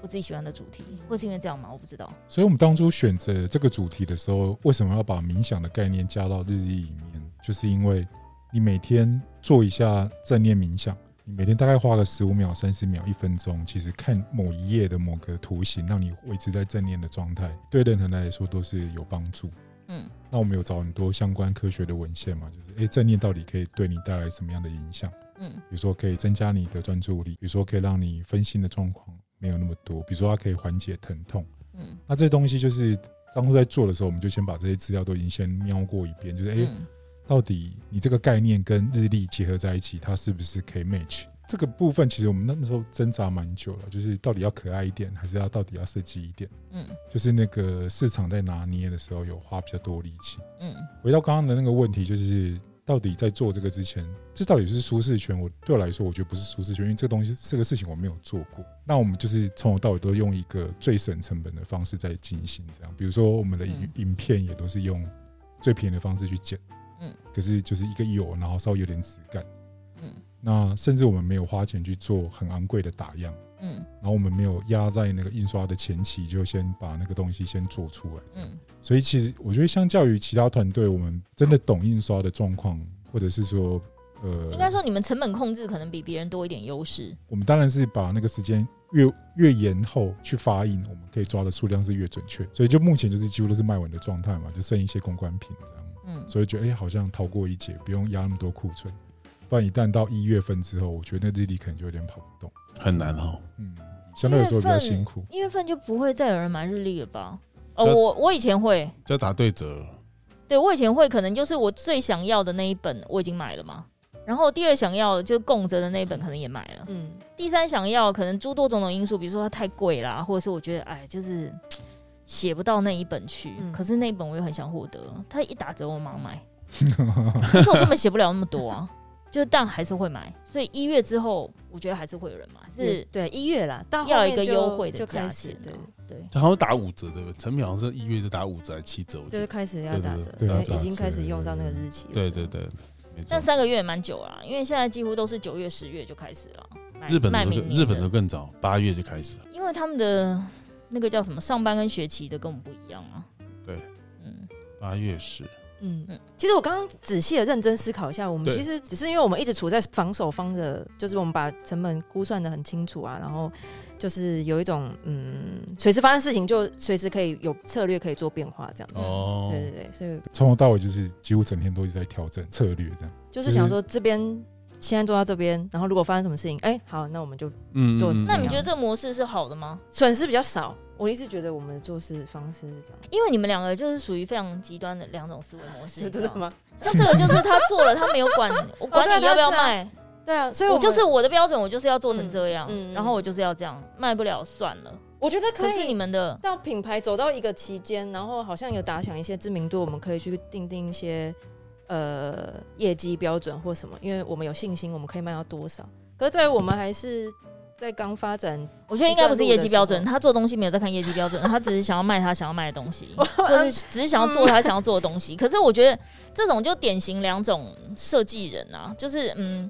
我自己喜欢的主题，或是因为这样吗？我不知道。
所以我们当初选择这个主题的时候，为什么要把冥想的概念加到日历里面？就是因为你每天做一下正念冥想，你每天大概花个十五秒、三十秒、一分钟，其实看某一页的某个图形，让你维持在正念的状态，对任何人来说都是有帮助。
嗯
那我们有找很多相关科学的文献嘛，就是诶，正念到底可以对你带来什么样的影响？
嗯
比如说可以增加你的专注力，比如说可以让你分心的状况没有那么多，比如说它可以缓解疼痛。
嗯
那这东西就是当初在做的时候，我们就先把这些资料都已经先瞄过一遍，就是哎、诶
嗯
到底你这个概念跟日历结合在一起，它是不是可以 match？这个部分其实我们那时候挣扎蛮久了，就是到底要可爱一点，还是要到底要设计一点？
嗯
就是那个市场在拿捏的时候，有花比较多力气。
嗯
回到刚刚的那个问题，就是到底在做这个之前，这到底是舒适圈？我对我来说，我觉得不是舒适圈，因为这个东西这个事情我没有做过。那我们就是从头到尾都用一个最省成本的方式在进行，这样。比如说我们的影、影片也都是用最便宜的方式去剪，
嗯
嗯，可是就是一个有，然后稍微有点质感，
嗯
那甚至我们没有花钱去做很昂贵的打样。
嗯
然后我们没有压在那个印刷的前期，就先把那个东西先做出来。
嗯
所以其实我觉得，相较于其他团队，我们真的懂印刷的状况，或者是说，呃，
应该说你们成本控制可能比别人多一点优势。
我们当然是把那个时间越越延后去发印，我们可以抓的数量是越准确。所以就目前就是几乎都是卖完的状态嘛，就剩一些公关品这样。
嗯
所以觉得哎、好像逃过一劫，不用压那么多库存。不然一旦到一月份之后，我觉得那日历可能就有点跑不动。
很难哦。
嗯，相对来说比较辛苦。
一月份就不会再有人买日历了吧？哦，
那
我我以前会，
就要打对折，
对我以前会，可能就是我最想要的那一本我已经买了嘛，然后第二想要就供着的那一本可能也买了，
嗯，
第三想要可能诸多种种因素，比如说它太贵啦，或者是我觉得哎就是嘖写不到那一本去，
嗯
可是那一本我又很想获得，它一打折我马上买，可是我根本写不了那么多啊，就但还是会买，所以一月之后我觉得还是会有人买，
是
是
对一月啦，到后
要有
面
一个
就
优惠的
就
价
开始
钱啊，
对，
对。
好像打五折对不对？成品好像是一月就打五折还七折，我
就
觉得。
是开始要打折，
对对对
因为
对
已经
对
开始
对
用
对
到那个
对
日期了。
对
是
对
吗，
对，没错
但。三个月也蛮久啦，因为现在几乎都是九月、十月就开始了。买
日本
卖
的
明年
日本的更早，八月就开始了。
因为他们的那个叫什么上班跟学期的跟我们不一样啊。
对，
嗯，
八月是
嗯
嗯，
其实我刚刚仔细的认真思考一下，我们
对
其实只是因为我们一直处在防守方的，就是我们把成本估算的很清楚啊，然后就是有一种嗯，随时发生事情就随时可以有策略可以做变化这样子。
哦，
对对对，所以
从头到尾就是几乎整天都一直在调整策略，这样
就是想说这边现在做到这边，然后如果发生什么事情，哎、好，那我们就
嗯
做
嗯嗯
那你觉得这个模式是好的吗？
损失比较少。我一直觉得我们的做事方式是这样，
因为你们两个就是属于非常极端的两种思维模式，
是 真
你知
的
道？
吗？
像这个就是他做了，他没有 管我管
对
你要不要
他是啊
卖，
对啊，所以
我
我
就
们
是我的标准，我就是要做成这样，
嗯嗯嗯
然后我就是要这样，卖不了算了。
我觉得
可
可
是
以
你们的
到品牌走到一个期间，然后好像有打响一些知名度，我们可以去定定一些呃业绩标准或什么，因为我们有信心，我们可以卖到多少。可是在我们还是在刚发展，
我觉得应该不是业绩标准，
一段路的时
他做东西没有在看业绩标准， 他只是想要卖他想要卖的东 西，或者是只是想要做他想要做的东西。可是我觉得这种就典型两种设计人啊，就是嗯，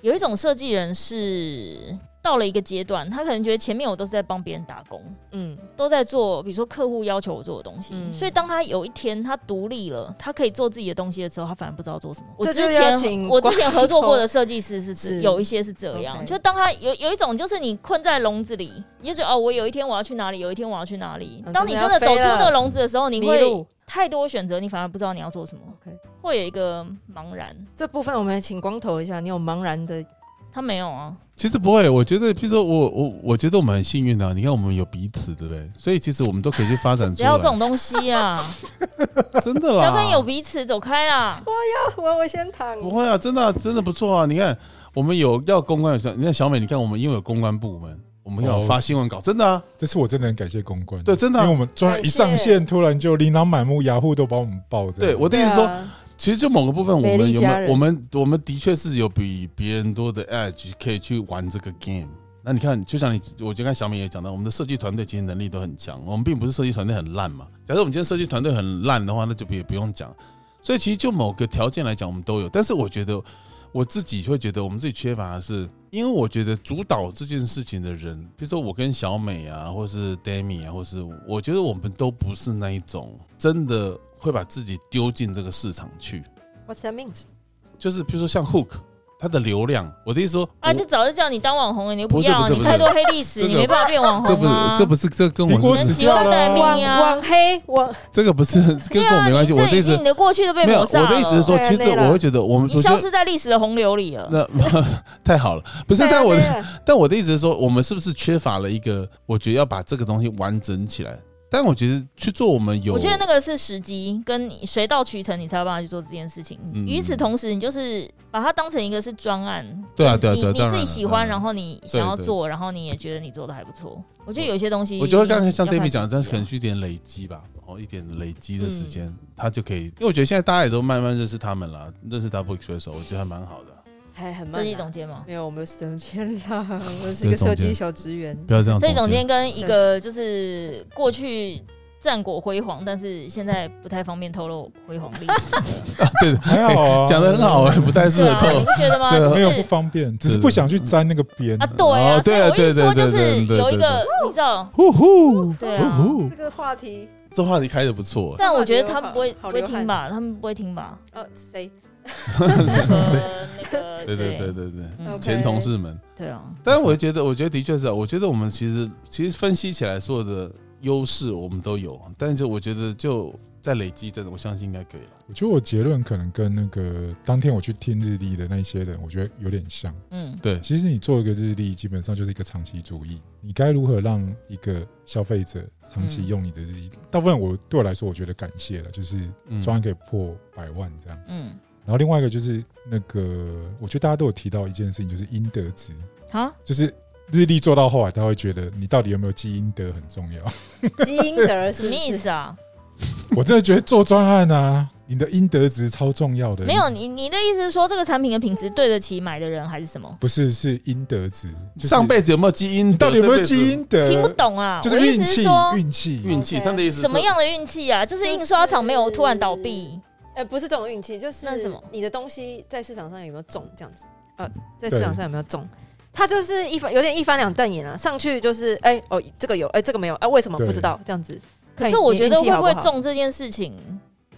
有一种设计人是到了一个阶段，他可能觉得前面我都是在帮别人打工，
嗯，
都在做，比如说客户要求我做的东西，
嗯
所以当他有一天他独立了，他可以做自己的东西的时候，他反而不知道做什么。我
这
之
就要
前
请
我之前
管理
合作过
层
的设计师是这
是
有一些是这样，
OK
就当他有有一种就是你困在笼子里，你就觉得哦，我有一天我要去哪里，有一天我要去哪里。
嗯
当你
真
真
的
的
要
走出
飞了
那个笼子的时候，你
迷
会
路
太多选择，你反而不知道你要做什么
OK
会有一个茫然。
这部分我们请光头一下，你有茫然的
他没有啊，
其实不会，我觉得，譬如说我我我觉得我们很幸运的、啊你看我们有彼此，对不对？所以其实我们都可以去发展出
只
来。
要这种东西 啊，
真的
只
啦，
要跟有彼此走开啊啦。
我我先躺
不会啊，真的啊、真的不错啊！你看，我们有要公关，你看小美，你看我们因为有公关部门，我们要
哦
发新闻稿，真的啊，
这次我真的很感谢公关，
对，真的、
因为
啊
我。们突然一上线，突然就琳琅满目，雅虎都把我们爆的。
对，我的意思是说，其实就某个部分，我
美
们
丽
有
佳
没有
人
我们我们的确是有比别人多的 edge 可以去玩这个 game。那你看，就像你，我就看小美也讲到，我们的设计团队其实能力都很强，我们并不是设计团队很烂嘛。假设我们今天设计团队很烂的话，那就也不用讲。所以其实就某个条件来讲，我们都有。但是我觉得我自己会觉得我们自己缺乏的是，因为我觉得主导这件事情的人，比如说我跟小美啊，或是 Demi 啊，或是我觉得我们都不是那一种真的会把自己丢进这个市场去。
What's that means？
就是比如说像 Hook，它的流量，我的意思说，
啊，
我
就早就叫你当网红了，你又不
不是
要，
不
啊
是
你
不是
太多黑历史，
这个
你没办法变网
这
红
不是
啊。
这不是这跟
苹果
我
死
是
掉了
很奇
啊，
怪
网
咪呀
网黑网
这个不是跟
对
跟我
啊，
没关系，
你
我
这
的
已
意思
经你的过去都被
没有，
抹
我
杀了。
的意思是说，
对啊
其实
累了
我会觉得我们
你
我觉
消
得
失在历史的洪流里了。啊
那 太好了，不是，但我的
的
但我的意思是说，我们是不是缺乏了一个，我觉得要把这个东西完整起来。但我觉得去做我们有，
我觉得那个是时机，跟你水到渠成，你才有办法去做这件事情。
嗯
与此同时，你就是把它当成一个是专案，
对啊对啊对啊，当
你你
然
自己
了
喜欢，
当
然
了
后你想要
对对
做，然后你也觉得你做的还不错。我觉得有些东西，
我觉得刚才像
要看
David 讲的，
时
但
机
是
啊
可能需一点累积吧，哦，一点累积的
嗯
时间，他就可以。因为我觉得现在大家也都慢慢认识他们了，认识 Double Espresso，我觉得还蛮好的。
还很慢啊。
设计总监嘛。
没有，我没有总监啦，我是一个设计小职员。
不要这样，
设计总监跟一个就是过去战果辉煌，但是现在不太方便透露辉煌 历史。
还好啊，
讲的很 好哎，不太适
对
合
啊，你
透
不觉得吗？
对啊
就
没有不
是
方便，只是不想去沾那个边
啊，。对啊，
哦对啊
所以我一
对
直说
对对
就
对
是
对
有一
对
个，你知道，
呼呼，
对
呼
啊。
呼，
这个话题，
这话题开的不错。
但我觉得他们不会
好
不
流
会
汗
听吧，他们不会 听吧？
呃，谁？
那个那个，
对对对对对，
嗯
OK
前同事们。
对啊，
但我觉得，我觉得的确是啊，我觉得我们其实其实分析起来所有的优势我们都有，但是我觉得就在累积这种，我相信应该可以了。
我觉得我结论可能跟那个当天我去听日历的那些人，我觉得有点像。
嗯，
对，
其实你做一个日历，基本上就是一个长期主义。你该如何让一个消费者长
嗯
期用你的日历？大部分我对我来说，我觉得感谢了，就是
嗯
专案可以破百万这样。
嗯，
然后另外一个就是那个，我觉得大家都有提到一件事情，就是应得值，
好，
就是日历做到后来，他会觉得你到底有没有积阴德很重 要。
基因的
什
是
么
不
意
是？
思啊？
我真的觉得做专案啊，你的应得值超重要的。
没有，你你的意思是说这个产品的品质对得起买的人还是什么？
不是是应得值，就是
上辈子有没有基因
你
得？
到底有没有积
基因？
阴德？
听不懂啊！
就
我
是
的意
运
思是
气
说，
运气。
运气，
OK
他们的意思是
啊什么样的运气啊？就是印刷厂没有突然倒闭，
呃，不是这种运气，就是
那是什么
你的东西在市场上有没有中这样子？呃，在市场上有没有中？它就是一翻有点一翻两瞪眼啊，上去就是哎、哦这个有哎、这个没有哎、为什么
对
不知道这样子？
可是我觉得
哎
会
看你运气好
不
不
会
好
中这件事情，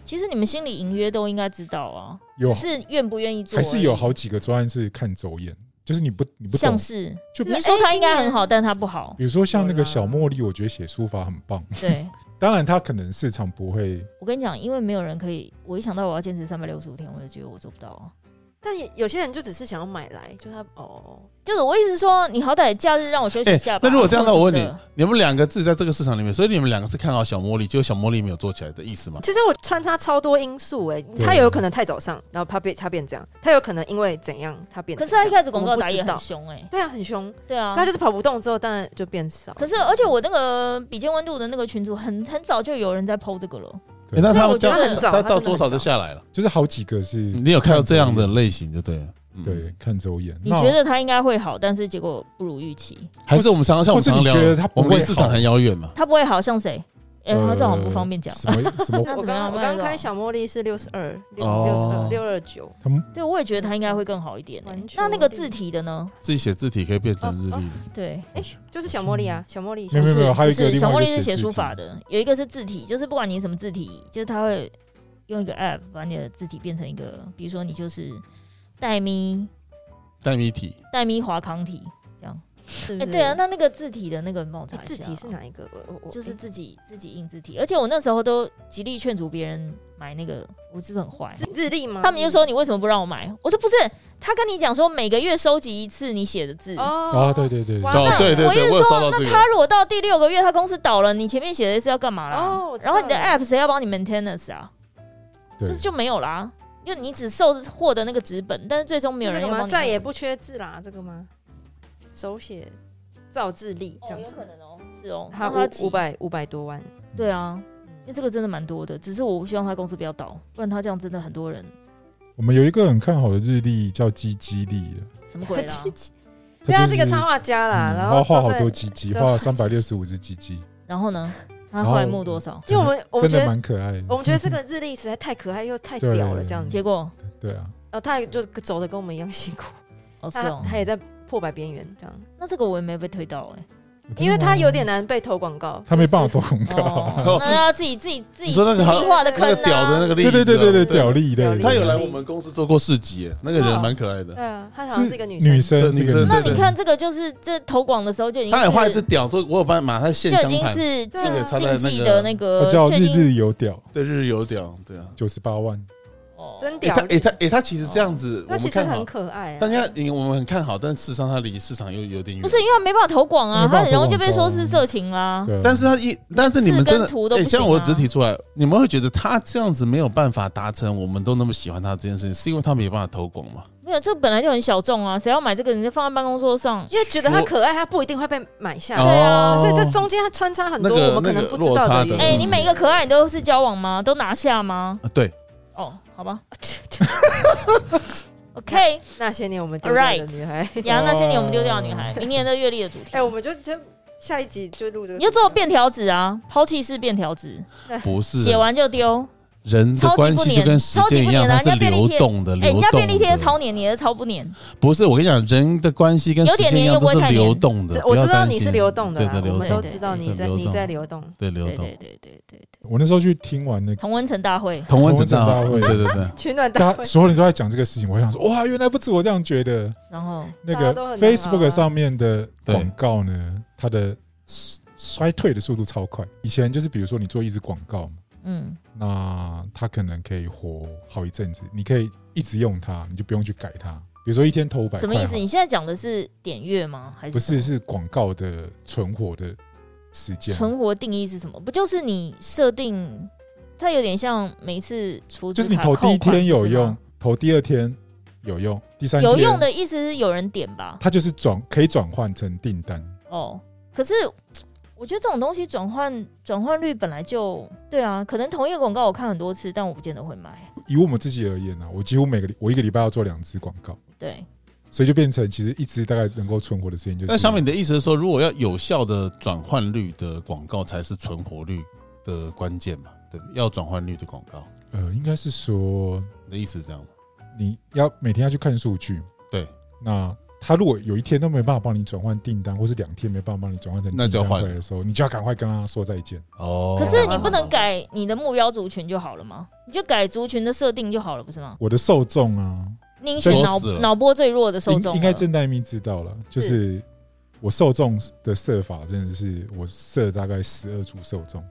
其实你们心里隐约都应该知道啊，
有
只是愿不愿意做而
还
已，
是有好几个专案是看走眼，就是你不你不懂
像，是
就
你说
哎
它应该
今年
很好，但它 不好，
比如说像那
有
个
啦
小茉莉，我觉得写书法很棒。
对。
当然，他可能市场不会，
我跟你讲，因为没有人可以，我一想到我要坚持三百六十五天，我就觉得我做不到啊。
但也有些人就只是想要买来，就他哦，
就是我意思是说，你好歹假日让我休息一下吧。
哎那如果这样的，
或
我
者
问
什么
你
的，
你们两个自己在这个市场里面，所以你们两个是看好小茉莉，结果小茉莉没有做起来的意思吗？
其实我穿插超多因素哎、它也有可能太早上，然后它变它变这样，它有可能因为怎样它变
可是
成这样。
他一开始广
我
告
们不
打也
知
很
道
凶哎、欸，
对啊，很凶，
对啊
它。就是跑不动之后，当然就变少。
可是，而且我那个比肩温度的那个群组很很早就有人在剖这个了，
对
诶那他
所以我
们
觉
到
得很
早
他
他
到
真的
多少
很
就下来了？
就是好几个是
你有看到这样的类型就对了，嗯
对，看走眼。
你
那
觉得他应该会好，但是结果不如预期，
还是我们常常像我
或
们
是
常
你
聊
觉得它，不
我们
会
离市场
好
很遥远嘛？
他不会好像谁？哎、
呃
他这好像不方便讲。
什么什 么？
那
我
怎么样
刚我刚
那
开
种
小茉莉是六十二，六六十
哦
二六二九，
他们
对，我也觉得他应该会更好一点、欸
完。全
那那个字体的呢？
自己写字体可以变成日历的，
对，
就是小茉莉啊，小茉莉。
没有没有没有，还有一
不
个
是
另外
小
一
茉
个
莉是写
字
书
体
法，的，有一个是字体，就是不管你什么字体，就是他会用一个 app 把你的字体变成一个，比如说你就是黛咪
代米体
黛咪华康体这样。
是
哎、
不是
对啊，那那个字体的那个你帮我查
哎
一下啊
字体是哪一个？我我我
就是
哎
自己自己印字体，而且我那时候都极力劝阻别人买那个，我是不是很坏？
日日历吗？
他们就说你为什么不让我买？我说不是，他跟你讲说每个月收集一次你写的字。
哦
啊，对对对，
哇
对
哦
那
对对
我一
对
直
我有收到
说，
这
那
个
他如果到第六个月他公司倒了，你前面写的是要干嘛啦？
哦我知
然后你的
道了
app 谁要帮你 maintenance 啊？
对
就是就没有啦，因为你只受获得那个纸本，但是最终没有
这
人
个
要
吗？
帮你哦
再也不缺字啦，这个吗？手写造字力
哦
这样
有
子
可，能哦，是哦，
它
那他
五
几
五百五百多万，
对啊，因为这个真的蛮多的，只是我希望他公司不要倒，不然他这样真的很多人
我们有一个很看好的日历叫鸡鸡历的，
什么鬼 啦？
对啊，
它
是一个插画家啦，
嗯
然
画
后
画
都
好
在
多鸡鸡，
都
画
在
三百六十五只鸡鸡，
然后呢，他
然后
后来募多少？
因为我们我们
真
觉
的
得
蛮可爱的。
我们觉得这个日历实在太可爱又太
对
屌了，这样子。
结果
对啊，
然后他也就走的跟我们一样辛苦，
哦是
他
哦，
他也在破百边缘这样，
那这个我也没被推到哎、
因为他有
真
点
的吗，
难被投广告，
他没办
就是
法投广 告。
哦，那要自己自己自己
你说那个好
计划的
那
坑
个
啊，
屌的那个
对
例子
对
啊，
对对对，屌
啊
力的，
他有来
力
我们公司做过市集耶，那个人蛮可爱的，
对啊，他好像是一个女
女生，
生，
是
对女
个
生
女
那
生
你看这个就是这投广的时候就已经
他
是
也画一只屌，做我有办法，他现
就已
香
经
盘，
是
这个
竞
插在
竞
那
技
个
的那个
哦他叫
就
日
已经
日有屌，
对日日有屌，对啊，
九十八万，
哦
真
诶
屌
他
力，
诶他诶他其实这样子，我
它
们
其实
看好
很，可爱啊、
大家因为我们很看好，但事实上它离市场又有点远。
不是因为他没办法投广啊，
没
他
办法
很容易就
投广
被说是
告
色情啦。
对啊，
但是他一，但是你们真的
嗯字跟图都，不
诶像
行啊
我只提出来，你们会觉得他这样子没有办法达成我们都那么喜欢他这件事情，是因为他没办法投广嘛？
没有，这本来就很小众啊，谁要买这个？你就放在办公桌上。
因为觉得它可爱，它不一定会被买下来，
对啊
所以这中间它穿插很多
哦那个
我们可能不知
那
道
个落差
的
的
原因。
哎、你每一个可爱你都是交往吗？都拿下吗？
啊对，
哦，好吧。OK，
那些年我们丢掉
Alright
的女孩， 哎、
呀，那些年我们丢掉的女孩，明年的阅历的主题。
我们就就下一集就录这个，
你就做便条纸啊，抛弃式便条纸，
不是
写完就丢。
人的关系就跟时间一样，它
超级
是
不粘啊
流动的，
哎、
流动
人家
的。
便利贴超黏，你的超不黏。
不是我跟你讲，人的关系跟时间一样
有点黏又不
都
会
是
太黏
流动的
这。我
不要
知道
担
你
心
是流动的啦，
对的，
我
流
们都
动，
知道你
对
在
流动
你在流动。
对流
对
动。
嗯
对对对对对，
我那时候去听完那个，
同温层大会。
同文知
同
道，
文
对
知道
对对，
取暖大
大
会
家，所有人都在讲这个事情，我想说，哇，原来不止我这样觉得。
然后
那
大家
个
都很能熬
Facebook
啊
上面的
对
广告呢，它的衰衰退的速度超快。以前就是比如说你做一支广告嘛，
嗯，
那它可能可以活好一阵子，你可以一直用它，你就不用去改它。比如说一天投五百，
什么意思？你现在讲的是点阅吗？还是
不是
什
是广告的存活的时间
么？存活定义是什么？不就是你设定？它有点像每次储
就是
值
你
卡
投第一
扣款
天有
是吗
用，投第二天有用，第三天
有用，的意思是有人点吧？
它就是转可以转换成订单。
哦，可是我觉得这种东西转换转换率本来就对啊，可能同一个广告我看很多次，但我不见得会买。
以我们自己而言呢、啊，我几乎每个礼我一个礼拜要做两支广告，
对，
所以就变成其实一支大概能够存活的时间就是。
那小美你的意思是说，如果要有效的转换率的广告，才是存活率的关键嘛？对，要转换率的广告，
呃，应该是说
你的意思是这样吗？
你要每天要去看数据，
对，
那。他如果有一天都没办法帮你转换订单，或是两天没办法帮你转换成
那
订
就
单
要换
回来的时候，你就要赶快跟他说再见。
哦
可是你不能改你的目标族群就好了吗？你就改族群的设定就好了，不是吗？
我的受众啊，
你选脑
说死了
脑波最弱的受众啊
应
了，
应该郑黛咪知道了，就是我受众的设法真的是我设大概十二组受众，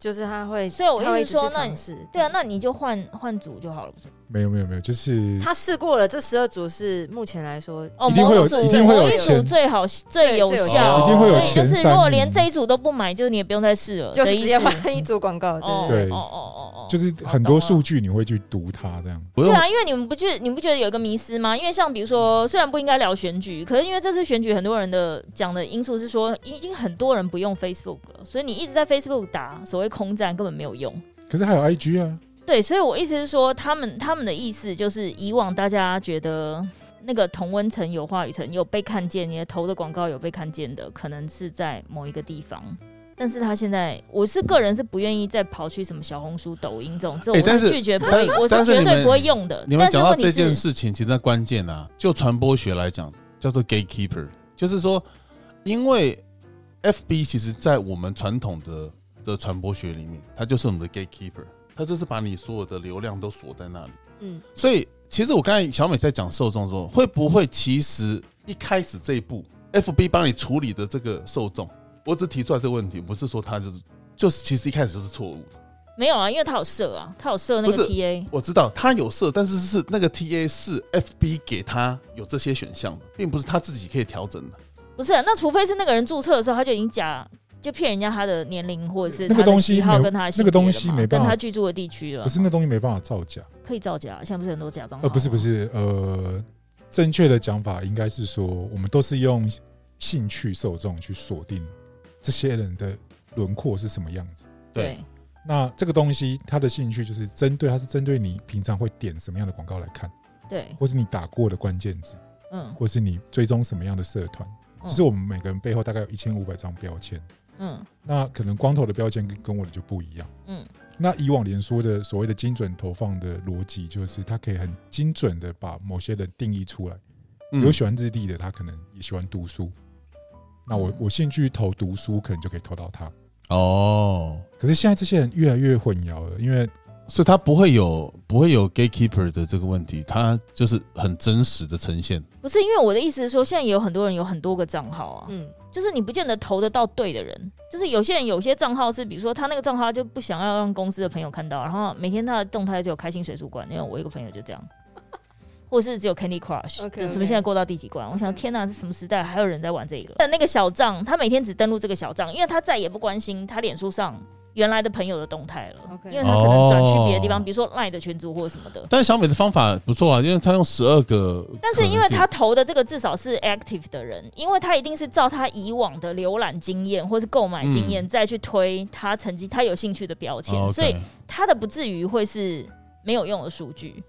就是它会，
所以我一直
它会一直去
说那
尝试
对啊，那你就换换组就好了，不是吗？
没有没有没有，就是
他试过了，这十二组是目前来说
哦，
一定会有
某组
一定会有
某一组
前
最好最有
最有
效，
效一定会有
所以就是
前三
如果
名
连这一组都不买，就是你也不用再试了，
就
的
直
意
接
思
换一组广告，
哦
对对
对
哦
对。
哦哦哦，
就是很多数据你会去读它这样，
不
对
用
啊，因为你们不觉你不觉得有一个迷思吗？因为像比如说，虽然不应该聊选举，可是因为这次选举，很多人的讲的因素是说，已经很多人不用 Facebook 了，所以你一直在 Facebook 打所谓空战根本没有用。
可是还有 IG 啊，
对，所以我意思是说，他们他们的意思就是，以往大家觉得那个同温层有话语层有被看见，你的投的广告有被看见的，可能是在某一个地方。但是他现在，我是个人是不愿意再跑去什么小红书、抖音这种，这
哎
种我
但是
拒绝不会，
但
我
但是
绝
你
对
们
不会用的。
你们
但是
讲到
问题
这
是。
件事情，其实它关键啊，就传播学来讲，叫做 gatekeeper，就是说，因为 FB 其实，在我们传统的的传播学里面，它就是我们的 gatekeeper，它就是把你所有的流量都锁在那里。
嗯，
所以其实我刚才小美在讲受众的时候，会不会其实一开始这一步，FB 帮你处理的这个受众，我只提出来这个问题，不是说它就是就是其实一开始就是错误的。
没有啊，因为他有设啊，他有设那
不
个
是
TA。
我知道他有设，但是是那个 TA 是 FB 给他有这些选项的，并不是他自己可以调整的。
不是啊、那除非是那个人注册的时候，他就已经假就骗人家他的年龄或者是
那个
他的
东西
喜好
没
跟他的性
那个
别了
东西
嘛
没
跟
办法
他居住的地区了
可，是那东西没办法造假，
可以造假。现在不是很多假账号吗？
呃，不是不是，呃，正确的讲法应该是说，我们都是用兴趣受众去锁定这些人的轮廓是什么样子。
对，
那这个东西，它的兴趣就是针对，它是针对你平常会点什么样的广告来看，
对，
或是你打过的关键字，
嗯
或是你追踪什么样的社团。
嗯
就是我们每个人背后大概有一千五百张标签，
嗯
那可能光头的标签跟跟我的就不一样。
嗯
那以往连说的所谓的精准投放的逻辑，就是它可以很精准的把某些人定义出来。
嗯
嗯
有喜欢日历的，他可能也喜欢读书。那我
嗯
我兴趣投读书，可能就可以投到他。
哦，
可是现在这些人越来越混淆了，因为
所以他不会有不会有 gatekeeper 的这个问题，他就是很真实的呈现。
不是因为我的意思是说，现在也有很多人有很多个账号啊，
嗯，
就是你不见得投得到对的人。就是有些人有些账号是，比如说他那个账号他就不想要让公司的朋友看到，然后每天他的动态就有开心水族馆，因为我一个朋友就这样， 或是只有 Candy Crush，
OK，OK
这什么现在过到第几关？我想
OK
天哪，是什么时代还有人在玩这个？但那个小账，他每天只登录这个小账，因为他再也不关心他脸书上。原来的朋友的动态了
OK
因为他可能转去别的地
哦
方，比如说赖的群组或什么的。
但是小美的方法不错啊，因为她用十二个，
但是因为他投的这个至少是 active 的人，因为他一定是照他以往的浏览经验或是购买经
嗯
验、
哦
再去推他曾经他有兴趣的标签，所以他的不至于会是没有用的数据。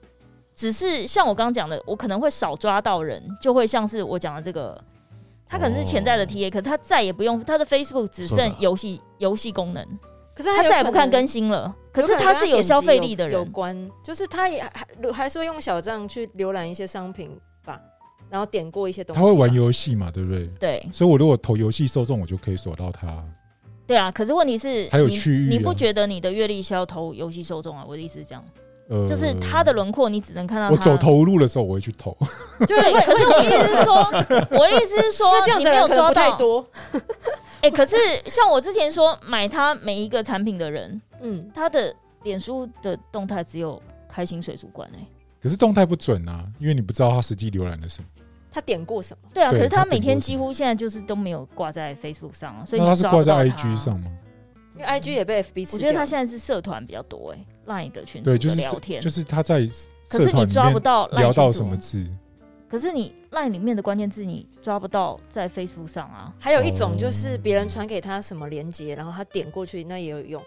只是像我刚刚讲的，我可能会少抓到人，就会像是我讲的这个，他可能是潜在的 TA，、可是他再也不用他的 Facebook 只
是
剩
的
游戏游戏功能，
可是
他
有
再也不
可能
看更新了。可是
有能
他
跟
是有
点击
消费力的
有
人，
关，就是他也还还是会用小账去浏览一些商品吧，然后点过一些东西
他
吧。
会玩游戏嘛，对不对？
对
所以我如果投游戏受众，我就可以锁到他。
对啊。可是问题是，
还有
你
区域
你
啊
不觉得你的阅历需要投游戏受众啊？我的意思是这样。
呃，
就是它的轮廓，你只能看到
我
它
走。投无路的时候，我会去投。
就
对，
会
可是我的意思 是说，我的意思是说
那，这样
你
的
没有
人可能
抓
不太
到。
多。
哎，可是像我之前说，买它每一个产品的人，
嗯，
他的脸书的动态只有开心水族馆哎。
可是动态不准啊，因为你不知道他实际浏览了什么。
他点过什么？
对啊，可
对
是他
它
每
顶多
天
是
几乎现在就是都没有挂在 Facebook 上啊，所以
那
你
他是
抓
挂
不到
在
它
IG。上吗？
因为 IG 也被 FB 吃
我觉得
掉
他
了
现在是社团比较多哎，Line 的群组
对，就
的
是
聊天，
就是他在
可
社
是你
团里
抓不
面
到 Line
聊到
群
什
组
么，字，
可是你 Line 里面的关键字你抓不到在 Facebook 上啊。
还有一种
哦
就是别人传给他什么链接，然后他点过去，那也有用，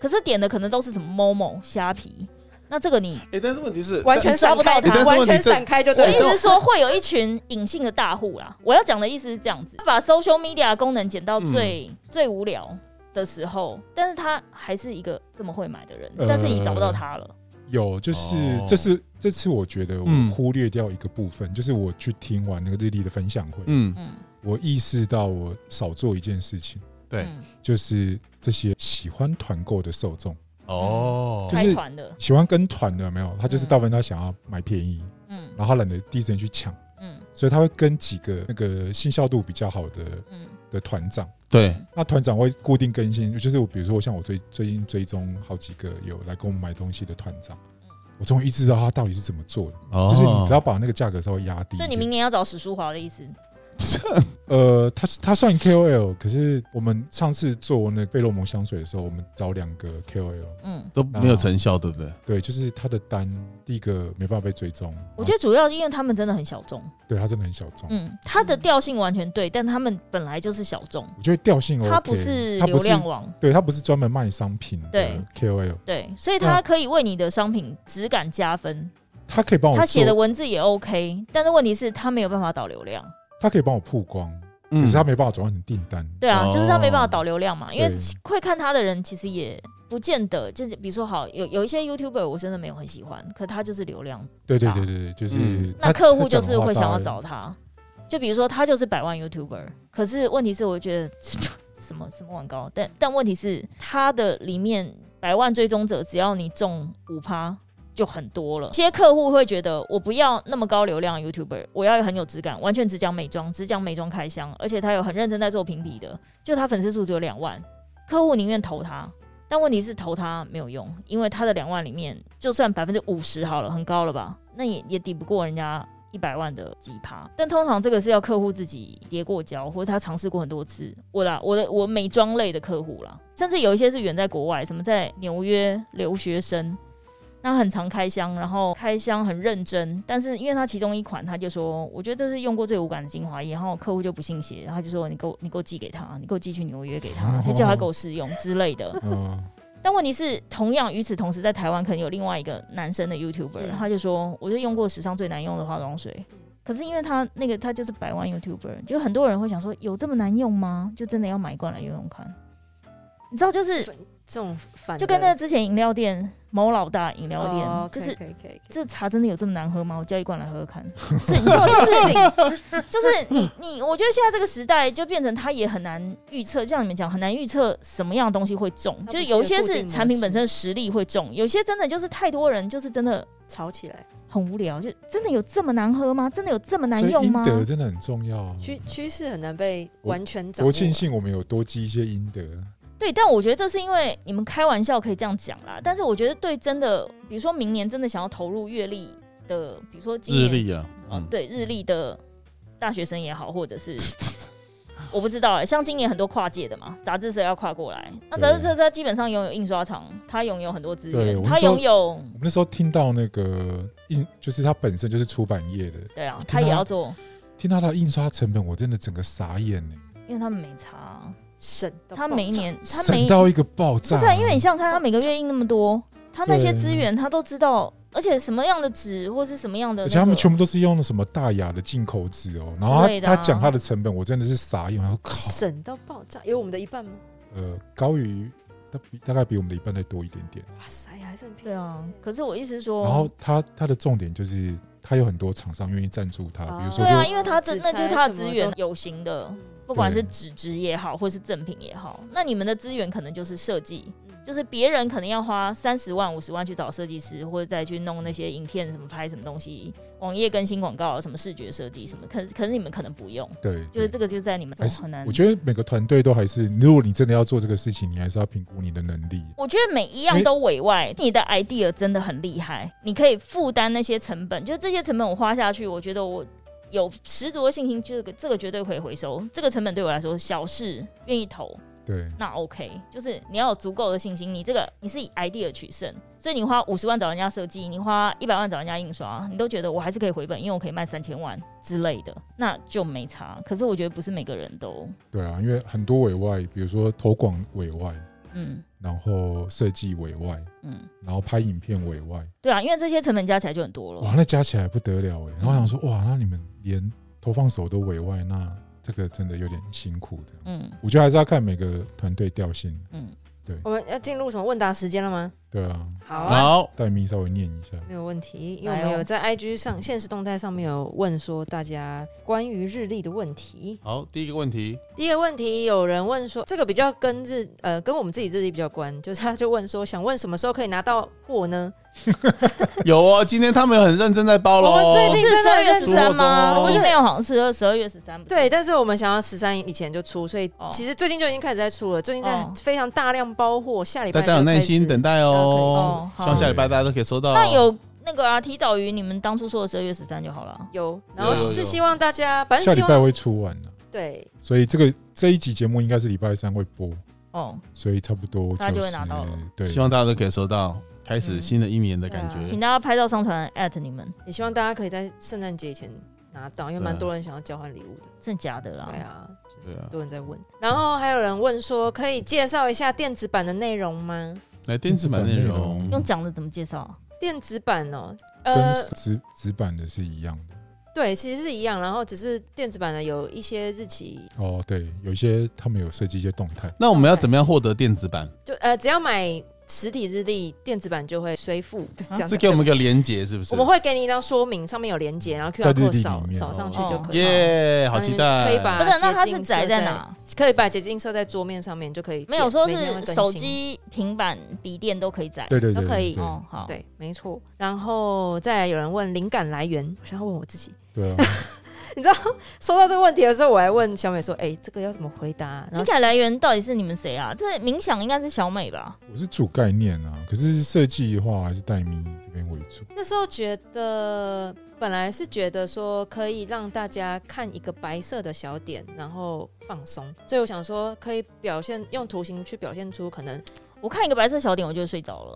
可是点的可能都是什么某某虾皮，那这个你
哎、但是问题
呃
是
完全
抓
闪
不到
开
他
它，完全闪开就
我
对
意
了。
思是说会有一群隐性的大户啦。我要讲的意思是这样子，把 social media 功能减到最、最无聊的时候，但是他还是一个这么会买的人，
呃
但是你找不到他了。
有，就是、
哦
这次这次我觉得
嗯
我忽略掉一个部分，就是我去听完那个日历的分享会，
嗯，
嗯，
我意识到我少做一件事情，
对
嗯
就是这些喜欢团购的受众，
哦，
就是
开团的，
喜欢跟团的有没有，他就是
嗯
大部分他想要买便宜，
嗯
然后他懒得第一时间去抢，
嗯
所以他会跟几个那个信效度比较好的
嗯
的团长。
对，
那团长会固定更新，就是我比如说，像我最最近追踪好几个有来跟我们买东西的团长
嗯，
我终于意识到他到底是怎么做的。
哦
就是你只要把那个价格稍微压低一点，
所以你明年要找史书华的意思。
呃，他他算 KOL，可是我们上次做那个贝洛蒙香水的时候，我们找两个 KOL，
嗯，
都没有成效，对不对？
对，就是他的单第一个没办法被追踪，哦
我觉得主要是因为他们真的很小众。
对他真的很小众，
嗯，他的调性完全对，但他们本来就是小众，
我觉得调性 OK，
他不是
他
流
不是
量王。
对他不是专门卖商品的
对
KOL，
对，所以
那
它可以为你的商品质感加分，
他可以帮我
它写的
哦做，
文字也 OK，但是问题是它没有办法导流量。
他可以帮我曝光，
嗯
可是他没办法转换成订单，
对啊，
哦
就是它没办法导流量嘛，因为
对
会看它的人其实也不见得，就是比如说好有有一些 YouTuber 我真的没有很喜欢，可他就是流量，
对对
啊
对对对，就是
嗯
他
那客户
他
就
讲
是
的话
会想要
大
找他。就比如说他就是百万 YouTuber，可是问题是我觉得 什么什么广告，但但问题是他的里面百万追踪者，只要你中五趴。就很多了。有些客户会觉得我不要那么高流量的 YouTuber，我要很有质感，完全只讲美妆，只讲美妆开箱，而且他有很认真在做评比的，就他粉丝数只有两万，客户宁愿投他。但问题是投他没有用，因为他的两万里面，就算百分之五十好了，很高了吧？那也也抵不过人家一百万的几趴。但通常这个是要客户自己跌过跤，或者他尝试过很多次。我啦，我的我美妆类的客户啦，甚至有一些是远在国外，什么在纽约留学生，那很常开箱，然后开箱很认真。但是因为他其中一款，他就说，我觉得这是用过最无感的精华液，然后客户就不信邪，然后他就说你给我你给我寄给他，你给我寄去纽约给他，就叫他给我试用之类的。
嗯，
但问题是，同样与此同时，在台湾可能有另外一个男生的 YouTuber，、
嗯
他就说，我就用过史上最难用的化妆水。可是因为他那个他就是百万 YouTuber，就很多人会想说，有这么难用吗？就真的要买一罐来用用看。你知道，就是
这种反的
就跟那之前饮料店某老大饮料店，
哦
就是
可以可以可以可以
这茶真的有这么难喝吗？我叫一罐来喝喝看。是，你知道就是 就是你你，我觉得现在这个时代就变成它也很难预测，就像你们讲，很难预测什么样的东西会中。
它不
就是是有一
一
些
个固定
是
模
产品
式
本身的实力会中，有些真的就是太多人就是真的
吵起来，
很无聊，就真的有这么难喝吗？真的有这么难
所以
用
阴
吗？
德真的很重要啊。
趋趋势很难被完全掌握。
我庆幸我们有多积一些阴德，
对，但我觉得这是因为你们开玩笑可以这样讲啦，但是我觉得对真的，比如说明年真的想要投入阅历的，比如说今
日
年
历啊，嗯，
对日历的大学生也好，或 者是我不知道哎、像今年很多跨界的嘛，杂志社要跨过来，那杂志社它基本上拥有印刷厂，它拥有很多资
对
源，
我
它
那时候
拥有
我们那时候听到那个印，就是它本身就是出版业的，
对啊，
听
它也
到
要做，
听到它的印刷成本，我真的整个傻眼欸呢、
因为他们没差啊，
省到
他
爆
每一
炸
年他每
省到一个爆
不
炸。
是、啊、因为你想想看，他每个月印那么多，他那些
对
资源他都知道，而且什么样的纸或是什么样的、那
而
个，
且他们全部都是用了什么大雅的进口纸哦，然后
之类的
他
啊
他讲他的成本，我真的是傻眼，我说靠，
省到爆炸，有我们的一半吗？
呃，高于大比大概比我们的一半再多一点点。
哇塞，还是很便宜。
对啊。可是我意思是
然后
说，
他他的重点就是他有很多厂商愿意赞助他，
啊
比如说
对
就
啊，因为他的
纸
那就是
材
他的
什么
资源
都
有形的，不
嗯对
管是纸质也好，或是赠品也好，那你们的资源可能就是设计，
嗯
就是别人可能要花三十万、五十万去找设计师，或者再去弄那些影片什么拍什么东西，网页更新广告什么视觉设计什么，可是可是你们可能不用，
对，
就
对
是这个就在你们
还是
很难
我。觉得每个团队都还是，如果你真的要做这个事情，你还是要评估你的能力。
我觉得每一样都委外，你的 idea 真的很厉害，你可以负担那些成本，就是这些成本我花下去，我觉得我有十足的信心，这个这个绝对可以回收，这个成本对我来说小事，愿意投，
对，
那 OK，就是你要有足够的信心，你这个你是以 idea 取胜，所以你花五十万找人家设计，你花一百万找人家印刷，你都觉得我还是可以回本，因为我可以卖三千万之类的，那就没差。可是我觉得不是每个人都，
对啊，因为很多委外，比如说投广委外，
嗯
然后设计委外，
嗯，
然后拍影片委外，
对啊，因为这些成本加起来就很多
哇，
了。
那加起来不得了哎。然后我想说，哇，那你们连投放手都委外，那这个真的有点辛苦的。
嗯
我觉得还是要看每个团队调性，
嗯，
我们要进入什么问答时间了吗？
对啊，
好啊，
好，
戴咪稍微念一下。
没有问题，因为
来
我
哦
们有在 IG 上现实动态上面有问说大家关于日历的问题。
好，第一个问题，
第一个问题，有人问说，这个比较跟日呃跟我们自己日历比较关，就是他就问说，想问什么时候可以拿到货呢？
有哦，今天他们很认真在包喽。
我们最近
是十二月十三吗？
出货中哦
我印象好像是十二月十三，不是
对，，但是我们想要十三以前就出，所以
哦
其实最近就已经开始在出了，最近在
哦
非常大量包货，下礼拜
大家有
就开
耐心
始
等待哦
大家可以哦，好
希望下礼拜大家都可以收到。
那
哦
有那个啊，提早于你们当初说的十二月十三就好了。
有，然后
有有
是
有
希望大家，反
下
正希
礼拜
望
会出完了、
对
所以这个这一集节目应该是礼拜三会播，
哦，
所以差不多、就是、
大家就会拿到了。
对，
希望大家都可以收到，开始新的一年的感
嗯
请
觉。
大家拍照上传 at 你们，
也希望大家可以在圣诞节以前拿到，因为蛮
对啊
多人想要交换礼物的。
真的假的啦？
对啊，就
对
是
啊
很多人在问，然后还有人问说，可以介绍一下电子版的内容吗？
来，电子版内容
嗯
用讲的怎么介绍啊？
电子版哦，
跟
呃，
纸纸版的是一样的
对，其实是一样，然后只是电子版的有一些日期，
哦。对，有一些他们有设计一些动态，
那我们要怎么样获得电子版？
就呃，只要买实体日历，电子版就会随附，这样
这
子
给我们一个连结，是不是？
我们会给你一张说明，上面有连接，然后 QR
在日
code
历
扫
里面哦
扫上去就
哦
可以。
耶，好
然后
期
你
待！
嗯可以把
不是，那它
捷
是
径
载
设
在
在
哪？
可以把结晶设在桌面上面就可以点，
没有说
每天会
是
更新
手机、平板、笔电都可以载。
对对对
都可以
对
哦，好，
对，没错。然后再来有人问灵感来源，我想要问我自己，
对啊，
收到这个问题的时候，我还问小美说：“哎、这个要怎么回答、然
灵
后
感来源到底是你们谁啊？这冥想应该是小美吧？
我是主概念啊，可是设计的话还是戴咪这边为主。
那时候觉得，本来是觉得说可以让大家看一个白色的小点，然后放松，所以我想说可以表现用图形去表现出可能，
我看一个白色小点，我就睡着了，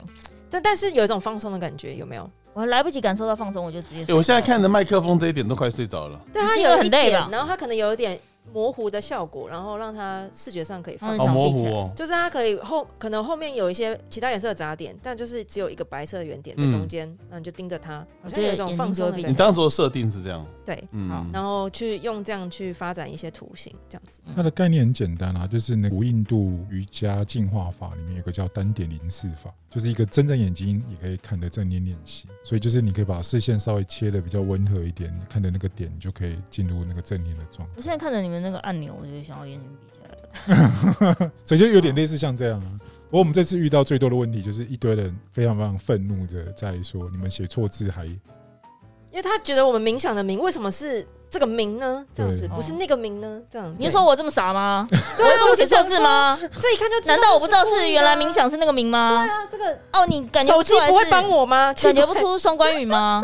但但是有一种放松的感觉，有没有？
我还来不及感受到放松，我就直接睡
哎，
着了。
我现在看的麦克风这一点都快睡着了，
对，
你
它
是因为
有一
很累
点
吧，
然后它可能有一点模糊的效果，然后让它视觉上可以放
嗯
好
松。
模糊哦。
就是它可以后可能后面有一些其他颜色的杂点，但就是只有一个白色的圆点在中
嗯
间，那、你就盯着它，好像有一种放松的
我觉得眼睛就会
你
闭
感觉。
起
当时的设定是这样，
对，
好
嗯
然，后去用这样去发展一些图形，这样子。
它的概念很简单啊，就是那个无印度瑜伽进化法里面有个叫单点零四法，就是一个睁着眼睛也可以看得正念练习。所以就是你可以把视线稍微切的比较温和一点，你看的那个点，你就可以进入那个正念的状态。
我现在看着你们那个按钮，我就想要眼睛闭起来了。
所以就有点类似像这样啊。不过我们这次遇到最多的问题就是一堆人非常非常愤怒着在说你们写错字还
因为他觉得我们冥想的冥为什么是这个冥呢？这样子
对
不是那个冥呢？这样
你是说我这么傻吗？我
对
会
啊，
东
我
西
就
设
想
置
说？
吗？
这一看就知 道
难道我不知道是原来
故意
冥
啊？
想是那个冥吗
对？啊，这个
哦，你感觉
手
不
机
出来
不会
是
帮，我吗？
感觉
奇
不
怪。
出双关语吗？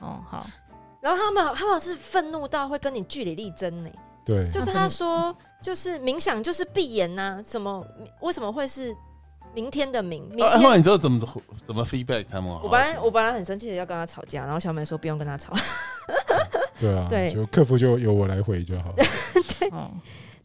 哦，好，
然后他们他们是愤怒到会跟你据理力争呢、
对，
就
那
是他
真的
说，就是冥想就是闭眼呐、什么为什么会是明天的明？明
啊后来
天。
你知道怎么怎么 feedback 他们啊？
我本来我本来很生气的要跟他吵架，然后小美说不用跟他吵。
对啊，
对
就客服就由我来回就好了。
嗯，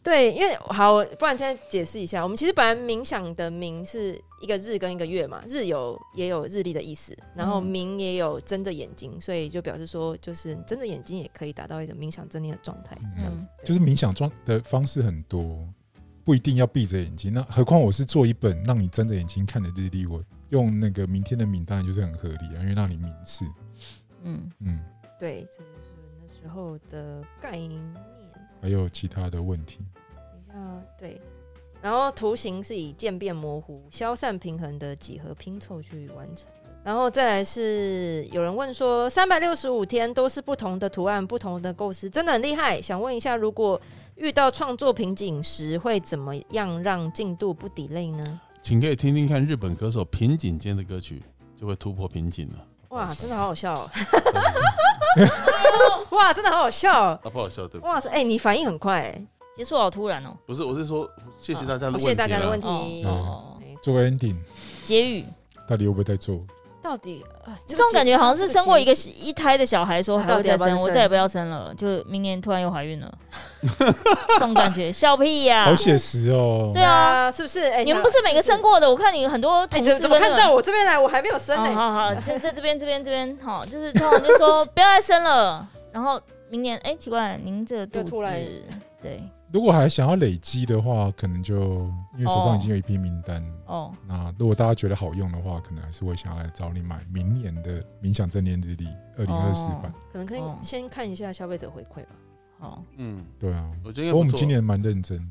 对，因为好，我不然现在解释一下，我们其实本来冥想的冥是一个日跟一个月嘛，日有也有日历的意思，然后
嗯
冥也有睁着眼睛，所以就表示说，就是睁着眼睛也可以达到一种冥想正念的状态，
嗯
这样子。对
就是冥想状的方式很多，不一定要闭着眼睛。那何况我是做一本让你睁着眼睛看的日历，我用那个明天的名当然就是很合理啊，因为让你明示。
嗯，
嗯，
对，这就是那时候的概念。
还有其他的问题，
等一下，嗯对。然后图形是以渐变模糊、消散平衡的几何拼凑去完成的。然后再来是有人问说，三百六十五天都是不同的图案、不同的构思，真的很厉害。想问一下，如果遇到创作瓶颈时，会怎么样让进度不 delay 呢？
请可以听听看日本歌手平井坚的歌曲，就会突破瓶颈了。
哇，真的好好笑、哦！
真的
哇，真的好好笑、哦！
啊，不好笑，对不起，
哇塞，哎、你反应很快、哎
结束好突然哦，
不是，我是说谢谢大家的
好
问题啦，
谢谢大家的问
哦
题。
哦，哦
哎
做个 ending，
结语，
到底会不会再做？
到底啊，
这种感觉好像是生过一
个
个一胎的小孩，说还
到
会
底
再
要不要
生，我
生
再也不要生了，就明年突然又怀孕 了，这种感觉，笑屁呀
好！写实哦。
对
对
啊，
啊，是不是？哎、
你们不是每个生
过？
过的，我看你很多
哎、
同
怎
事
怎么
跟那
看
个
到我这边来？我还没有生呢、
哦、好好，这这这边这边这边，好，就是通常就 说不要再生了，然后明年哎、奇怪，您这个肚
又
子
突然
对
如果还想要累积的话，可能就因为手上已经有一批名单。
哦，
那如果大家觉得好用的话，可能还是会想要来找你买明年的冥想正念日历二零二四
哦
版。
可能可以
哦
先看一下消费者回馈吧。
好。
嗯，
对啊，
我觉得
不
应该
过我
不
们
错
今年蛮认真，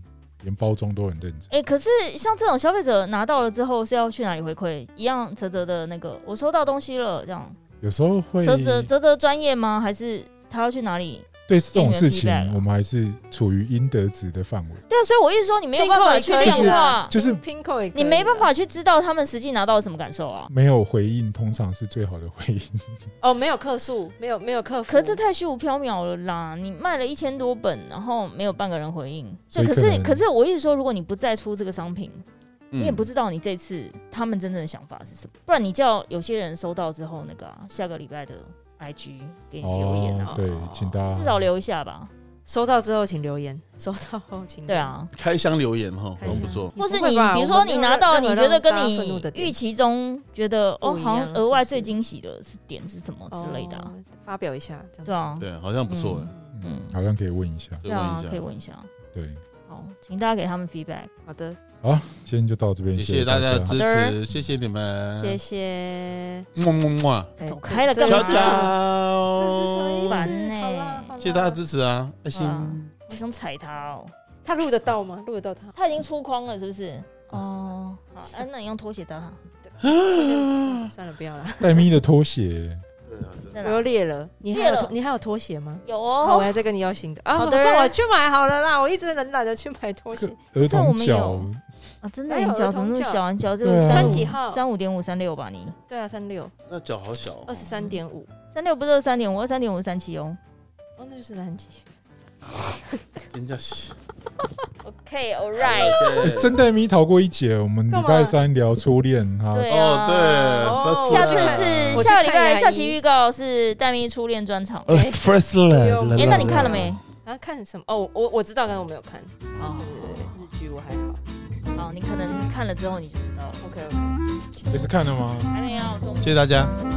连包装都很认真。
哎、可是像这种消费者拿到了之后是要去哪里回馈？一样泽泽的那个，我收到东西了，这样
有时候会
泽泽泽泽专业吗？还是他要去哪里？
对这种事情
店员 feedback 啊，
我们还是处于应得值的范围。
对啊，所以我一直说你没有办法去
Pinko 也
可以
量化，
就是
拼 i 也可以啊
你没办法去知道他们实际拿到了什么感受啊。
没有回应，通常是最好的回 应。
哦，没有客诉，没有没有客服。
可是这太虚无缥缈了啦！你卖了一千多本，然后没有半个人回应。
所
对，
以
可
可
是
能
可是我一直说，如果你不再出这个商品，
你
你也
嗯
不知道你这次他们真正的想法是什么。不然你叫有些人收到之后，那个、啊、下个礼拜的 IG 给你留言啊，
哦，对，请大家
至少留一下吧。
收到之后请留言， 收到后请
对，啊，
开箱留言哈，
开
我
箱
们不做，
或是
嗯不会
你
吧
比如
我
说
们没
你
有
拿
任
到
任
你
何
觉得
让
跟
大家愤怒
你
的点
预期中觉得哦，
不一
好
样
像
是
额外
不是
最惊喜的是点是什么之类的啊、
哦发表一下这样。
对，啊，
对，好像不错，
嗯，
嗯
嗯，
好像可以问一下。
对
对啊，可以
问一下。
问一
对，
下。好，请大家给他们 feedback。
好的，
好，今天就到这边，
也谢
谢
谢大家
家
的支
好的
持，谢谢你们，
谢谢。
么么么，
哎
走开了
这
干
这
嘛
悄
这是什么
悄，
烦
这是什么意思
呢
好啦好啦
哦谢谢大家支持啊，爱心，
哇我想踩他哦，
他录得到吗？录得 到他？
他已经出框了，是不是？哦，好，哎、那你用拖鞋找他，
算了，不要了，
戴咪的拖鞋，
对啊，真的
在
我又
哪？
裂了。你还
裂
有
了
拖你还有拖鞋吗？
有
哦，我
哦，
还在跟你要新的啊！
好
好
的
算我去买好了啦，我一直很懒得去买拖
这
鞋
个。儿
这我
童
们
脚
有啊，真的，
哪有
你脚
儿
怎么那
童
么
脚
小啊？你脚就
对啊
穿几号
三五点五三六吧，你
对啊，三六
那脚好小哦，
呃
二十三点五，
三六不是二三点五，二三点五三七哦。
哦，那就是三级。
真叫小
OK，All
对
真戴咪逃过一劫。我们礼
干嘛
拜三聊初恋，哈，
对
哦，
啊，
对。
哦
first
下次
love
是
我去
下个
看
礼拜，
牙医
下期预告是戴咪初恋专场。
呃，first love，
哎
哎、
啦
那
啦
你
啦
看了没？
啊，看什么？哦，我我知道，但是我没有看。
哦
哦，对对对，日剧我还好。
哦，你可能看了之后你就知道了。
OK OK。
也是看了吗？
还没啊，我中午。
谢谢大家。
拜